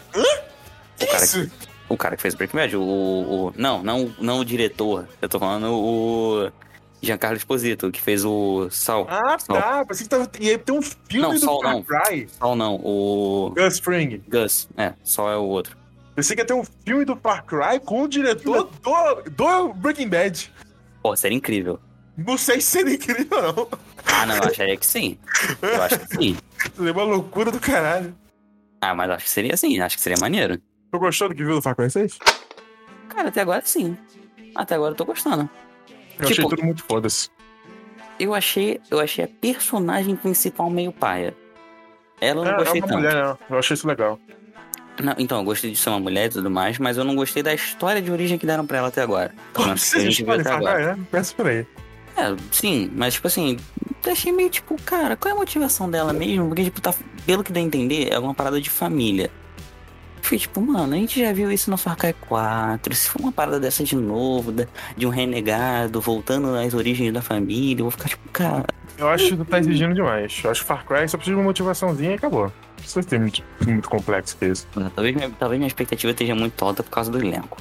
Que
cara
isso?
O cara que fez Breaking Bad, o. o- o- não, não, não o diretor. Eu tô falando o. Giancarlo Esposito, que fez o Sal.
Ah,
Sol.
tá. Pensei que tava... E aí tem um filme
Não,
do
Sol
Far
não.
Cry.
Sal não, o.
Gus Fring.
Gus. É, Sol é o outro.
Pensei que ia ter um filme do Far Cry com o diretor do, do Breaking Bad.
Pô, seria incrível.
Não sei se seria incrível, não.
Ah, não, eu acharia que sim. Eu acho que sim.
Seria uma loucura do caralho.
Ah, mas acho que seria sim, acho que seria maneiro.
Tô gostando do que viu do Far Cry 6?
Cara, até agora sim. Até agora eu tô gostando.
Eu achei
Tipo-
tudo muito foda-se.
Eu achei, eu achei a personagem principal meio paia. Ela eu não
É, é
gostei
uma
tanto.
mulher, não. Eu achei isso legal.
Não, então, eu gostei de ser uma mulher e tudo mais, mas eu não gostei da história de origem que deram pra ela até agora. Pelo menos que a
Vocês
gente viu
escolhem
até
Far
agora.
Cry, né? Peço por aí.
É, sim, mas tipo assim, eu achei meio tipo, cara, qual é a motivação dela mesmo? Porque, tipo, tá, pelo que dá a entender, é uma parada de família. Fui tipo, mano, a gente já viu isso no Far Cry 4. Se for uma parada dessa de novo, da- de um renegado voltando às origens da família, eu vou ficar tipo, cara,
Eu acho que tá exigindo demais. Eu acho que Far Cry só precisa de uma motivaçãozinha e acabou. Não precisa ter muito, muito complexo que isso.
talvez, minha- talvez minha expectativa esteja muito alta por causa do elenco.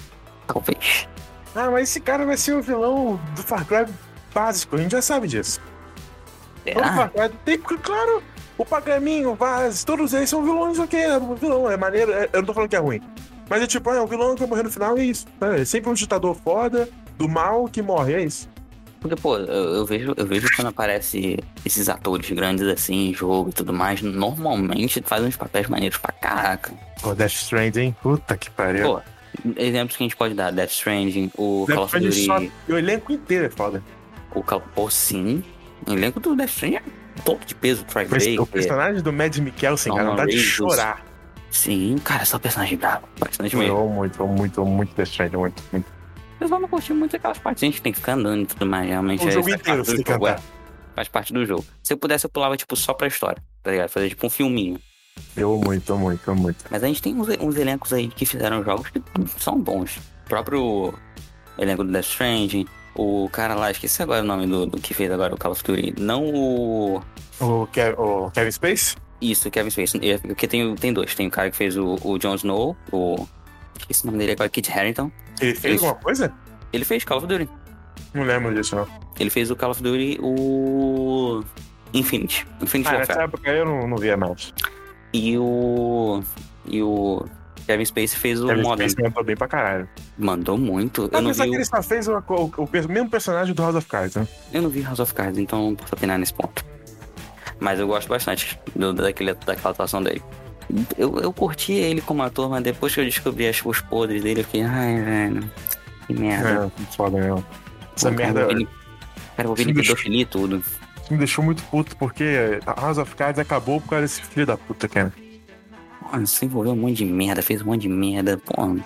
Talvez.
Ah, mas esse cara vai ser o vilão do Far Cry básico. A gente já sabe disso. Todo
Será?
Far Cry tem, claro, o Pagaminho, o Vaz, todos eles são vilões, ok, é um vilão, é maneiro, é- eu não tô falando que é ruim. Mas é tipo, ah, é um vilão que vai morrer no final, é isso. É sempre um ditador foda, do mal, que morre, é isso.
Porque, pô, eu, eu vejo, eu vejo quando aparece esses atores grandes assim, em jogo e tudo mais, normalmente fazem uns papéis maneiros pra caraca.
Pô, Death Stranding, puta que pariu.
Pô, exemplos que a gente pode dar: Death Stranding, o Call
Death
of
Stranding
Duty.
só- O elenco inteiro é foda.
O Call of sim. O elenco do Death Stranding é todo de peso, Troy
Mas O
Baker.
personagem do Mad Mikkelsen, cara,
Norman
dá de
Reedus.
chorar.
Sim, cara, só personagem brabo. Bastante mesmo.
Eu muito, muito, muito Death Stranding, muito, muito.
O pessoal não curtiu muito aquelas partes, a gente tem que ficar andando e tudo mais. Realmente
O
é,
jogo
faz
inteiro
parte
você
do
tem que
jogo,
cantar.
é. Faz parte do jogo. Se eu pudesse, eu pulava, tipo, só pra história, tá ligado? Fazer, tipo, um filminho.
Eu muito, muito, muito.
Mas a gente tem uns, uns elencos aí que fizeram jogos que são bons. O próprio elenco do Death Stranding, o cara lá, esqueci agora o nome do, do que fez agora o Call of Duty. Não o.
O, Ke o Kevin Space?
Isso, o Kevin Spacey. É, Porque tem, tem dois. Tem o cara que fez o, o Jon Snow, o. Esqueci o nome dele agora, Kit Harrington.
Ele fez
Isso.
alguma coisa?
Ele fez Call of Duty.
Não lembro disso, não.
Ele fez o Call of Duty, o. Infinite. Infinite
Ah,
Warfare.
nessa época eu não, não via mais.
E o. E o. Kevin Spacey fez o
Kevin
Modern.
Space mandou bem pra caralho.
Mandou muito. Eu não,
Apesar
vi,
que ele
o-
Ah, só fez o, o- o pe- mesmo personagem do House of Cards, né?
eu não vi House of Cards, então não posso opinar nesse ponto. Mas eu gosto bastante do, daquele, daquela atuação dele. Eu, eu curti ele como ator, mas depois que eu descobri as, os podres dele, eu fiquei, ai, velho. Que merda.
É, foda mesmo. Essa
Pô, Uhum. cara,
merda
eu vi- Cara, eu ouvi
Sim, deixa-
pedofilia e tudo.
me deixou muito puto, porque a House of Cards acabou por causa desse filho da puta, cara.
Mano, se envolveu um monte de merda, fez um monte de merda. Pô,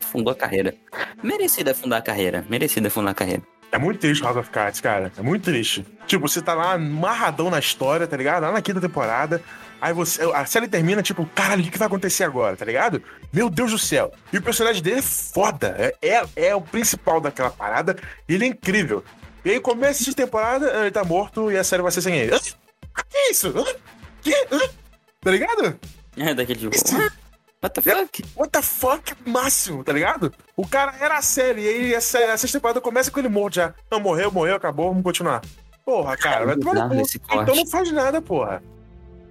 afundou a carreira. Merecida afundar a carreira. Merecida afundar a carreira.
É muito triste House of Cards, cara. É muito triste. Tipo, você tá lá amarradão na história, tá ligado? Lá na quinta temporada. Aí você. A série termina, tipo, caralho, o que que vai acontecer agora, tá ligado? Meu Deus do céu. E o personagem dele é foda. É, é, é o principal daquela parada. e Ele é incrível. E aí, começo de temporada, ele tá morto e a série vai ser sem ele. Hã? Que isso? Hã? Que? Hã? Tá ligado?
É daquele tipo.
Isso.
What the fuck?
What the fuck, máximo, tá ligado? O cara era a série, e aí essa, essa temporada começa com ele morto já. Não, morreu, morreu, acabou, vamos continuar. Porra, cara, vai tomar
bizarro
no cu.
esse corte.
Então não faz nada, porra.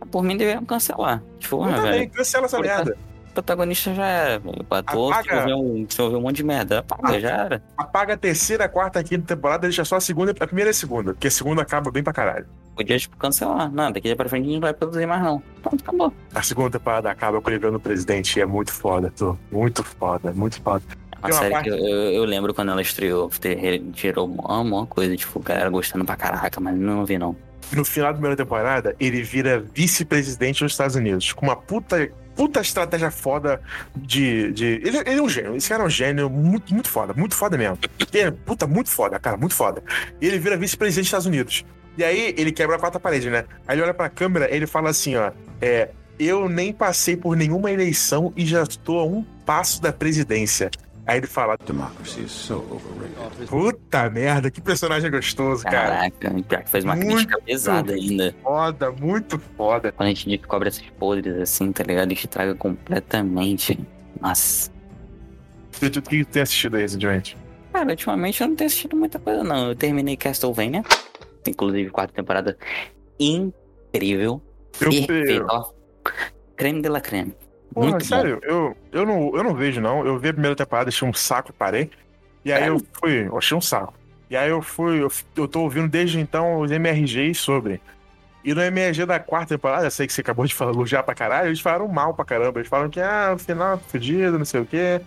Por mim deveriam cancelar. Tipo, ah,
Eu também,
velho,
cancela essa
Puta,
merda.
o protagonista já era. velho. O ator
Apaga.
desenvolveu um, desenvolveu um monte de merda. Apaga, já era.
Apaga a terceira, a quarta, a quinta temporada, deixa só a segunda, a primeira e a segunda, porque a segunda acaba bem pra caralho.
Podia, tipo, cancelar. Não, daqui pra frente a gente não vai produzir mais, não. Pronto, acabou. É
A segunda temporada acaba com ele virando presidente, e é muito foda, tô. Muito foda, muito foda.
É uma
Tem uma
série
parte-
que eu, eu- eu lembro quando ela estreou. te- Gerou uma, uma coisa, tipo, a galera gostando pra caraca, mas não vi, não.
No final da primeira temporada, ele vira vice-presidente dos Estados Unidos, com uma puta, puta estratégia foda de. de... Ele, ele é um gênio, esse cara é um gênio muito, muito foda, muito foda mesmo. Ele é, puta, muito foda, cara, muito foda. E ele vira vice-presidente dos Estados Unidos. E aí ele quebra a quarta parede, né? Aí ele olha pra câmera ele fala assim: ó, é. Eu nem passei por nenhuma eleição e já estou a um passo da presidência. Aí ele fala:
Democracy is so overrated.
Puta merda, que personagem gostoso, cara.
Caraca, o pior que fez uma
muito
crítica pesada ainda.
Foda, muito foda.
Quando a gente descobre essas podres assim, tá ligado? Isso traga completamente. Nossa.
O que que tem assistido aí recentemente?
Cara, ultimamente eu não tenho assistido muita coisa, não. Eu terminei Castlevania, inclusive quatro temporadas. Incrível.
Eu,
Perfeito,
eu,
ó. Creme de la creme.
porra,
Muito
sério, eu, eu, não, eu não vejo, não. Eu vi a primeira temporada, achei um saco, parei. E aí
É?
eu fui, eu achei um saco. E aí eu fui, eu, f- eu tô ouvindo desde então os MRGs sobre. E no MRG da quarta temporada, eu sei que você acabou de falar elogiar pra caralho, eles falaram mal pra caramba. Eles falaram que, ah, o final é fodido, não sei o quê.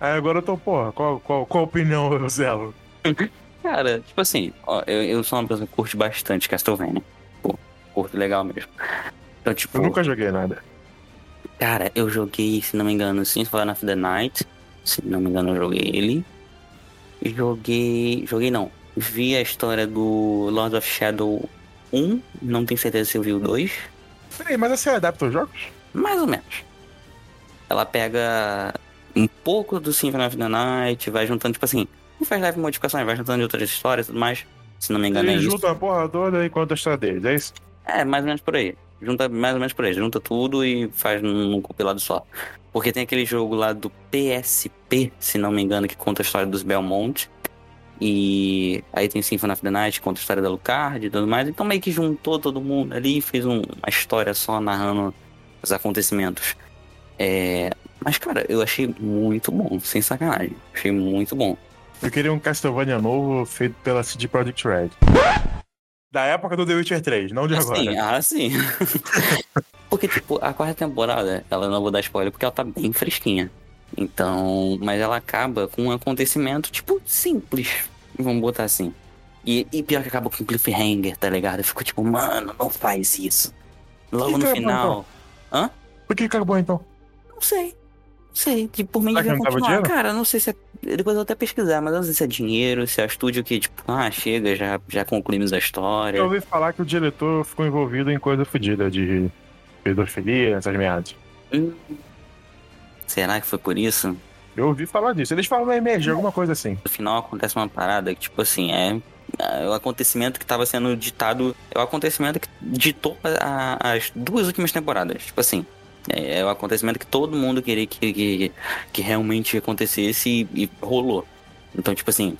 Aí agora eu tô, porra, qual, qual, qual a opinião eu zelo?
bom. Cara, tipo assim, ó, eu, eu sou uma pessoa que curte bastante Castlevania. Pô, curto legal mesmo. Então, tipo,
Eu nunca joguei nada.
Cara, eu joguei, se não me engano, Symphony of the Night. Se não me engano, eu joguei ele. E Joguei. Joguei não. Vi a história do Lord of Shadow 1. Não tenho certeza se eu vi o 2.
Peraí, mas você adapta os jogos?
Mais ou menos. Ela pega um pouco do Symphony of the Night, vai juntando, tipo assim. Não faz live modificações, vai juntando de outras histórias e tudo mais. Se não me engano, é
Eles
isso.
juntam a porra toda e contam a história deles, é isso?
É, mais ou menos por aí. Junta mais ou menos por aí. Junta tudo e faz num, num compilado só. Porque tem aquele jogo lá do PSP, se não me engano, que conta a história dos Belmont. E aí tem Symphony of the Night, que conta a história da Lucard e tudo mais. Então meio que juntou todo mundo ali e fez um- uma história só narrando os acontecimentos. É, Mas, cara, eu achei muito bom, sem sacanagem. Achei muito bom.
Eu queria um Castlevania novo feito pela CD Projekt Red. Da época do The Witcher 3, não de
Assim,
agora.
ah, sim. porque, tipo, a quarta temporada, ela não vou dar spoiler, porque ela tá bem fresquinha. Então, mas ela acaba com um acontecimento, tipo, simples. Vamos botar assim. E, e pior que acaba com um cliffhanger, tá ligado? Eu fico tipo, mano, não faz isso.
Que
Logo no
que é,
final. Hã?
Por que acabou então?
Não sei. Não sei. Tipo, por mim
Será que
devia
não tava
continuar.
dinheiro?
Cara, não sei se é. Depois eu vou até pesquisar, mas eu não sei se é dinheiro, se é estúdio que, tipo, ah, chega, já, já concluímos a história.
Eu ouvi falar que o diretor ficou envolvido em coisa fodida de pedofilia, essas merdas.
Hum. Será que foi por isso?
Eu ouvi falar disso. Eles falam na MRG, alguma coisa assim.
No final acontece uma parada que, tipo assim, é. é O acontecimento que tava sendo ditado. É o acontecimento que ditou a- a- as duas últimas temporadas. Tipo assim. É, é o acontecimento que todo mundo queria que, que, que realmente acontecesse e, e rolou. Então, tipo assim.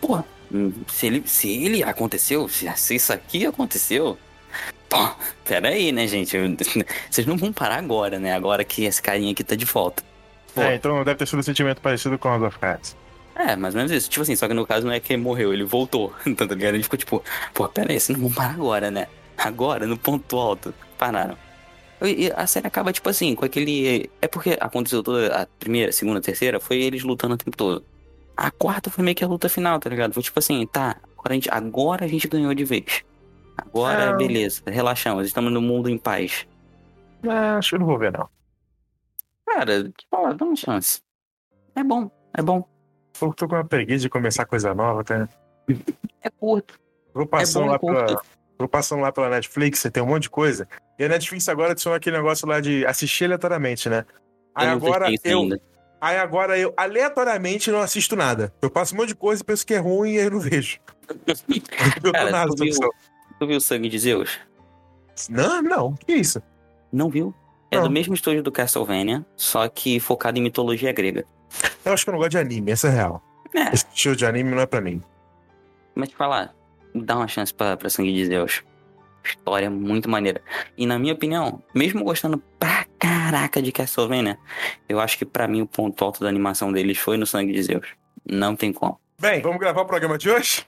Pô, hum, se ele, se ele aconteceu, se, se isso aqui aconteceu. Pô, peraí, né, gente? Eu- Vocês não vão parar agora, né? Agora que esse carinha aqui tá de volta. Pô.
É, então deve ter sido um sentimento parecido com House of Cards.
É, mais ou menos isso. Tipo assim, só que no caso não é que ele morreu, ele voltou. Então, tá ligado? Ele ficou tipo, pô, pera aí, vocês não vão parar agora, né? Agora, no ponto alto. Pararam. E e a série acaba, tipo assim, com aquele. É porque aconteceu toda a primeira, segunda, terceira, foi eles lutando o tempo todo. A quarta foi meio que a luta final, tá ligado? Foi tipo assim, tá, agora a gente, agora a gente ganhou de vez. Agora,
Ah.
beleza, relaxamos, estamos no mundo em paz.
Ah, acho que eu não vou ver, não.
Cara, que falar, dá uma chance. É bom, é bom.
Tô, tô com uma preguiça de começar coisa nova, cara.
É curto,
Vou passando
é bom
lá
e curto.
pela. Vou passando lá pela Netflix, você tem um monte de coisa. E a Netflix agora adicionou aquele negócio lá de assistir aleatoriamente, né? Aí
não sei
agora
se tem isso
eu,
ainda.
aí agora eu aleatoriamente não assisto nada. Eu passo um monte de coisa e penso que é ruim e aí eu não vejo. Eu tô
Cara,
nada, essa
tu viu-
opção.
Tu viu o Sangue de Zeus?
Não, não, que isso?
Não viu? É
Não.
do mesmo estúdio do Castlevania, só que focado em mitologia grega.
Eu acho que eu não gosto de anime, essa é real.
É.
Esse estilo de anime não é pra mim.
Mas te falar, dá uma chance pra, pra Sangue de Zeus. História muito maneira. E na minha opinião, mesmo gostando pra caraca de Castlevania, eu acho que pra mim o ponto alto da animação deles foi no Sangue de Zeus. Não tem como.
Bem, vamos gravar o programa de hoje?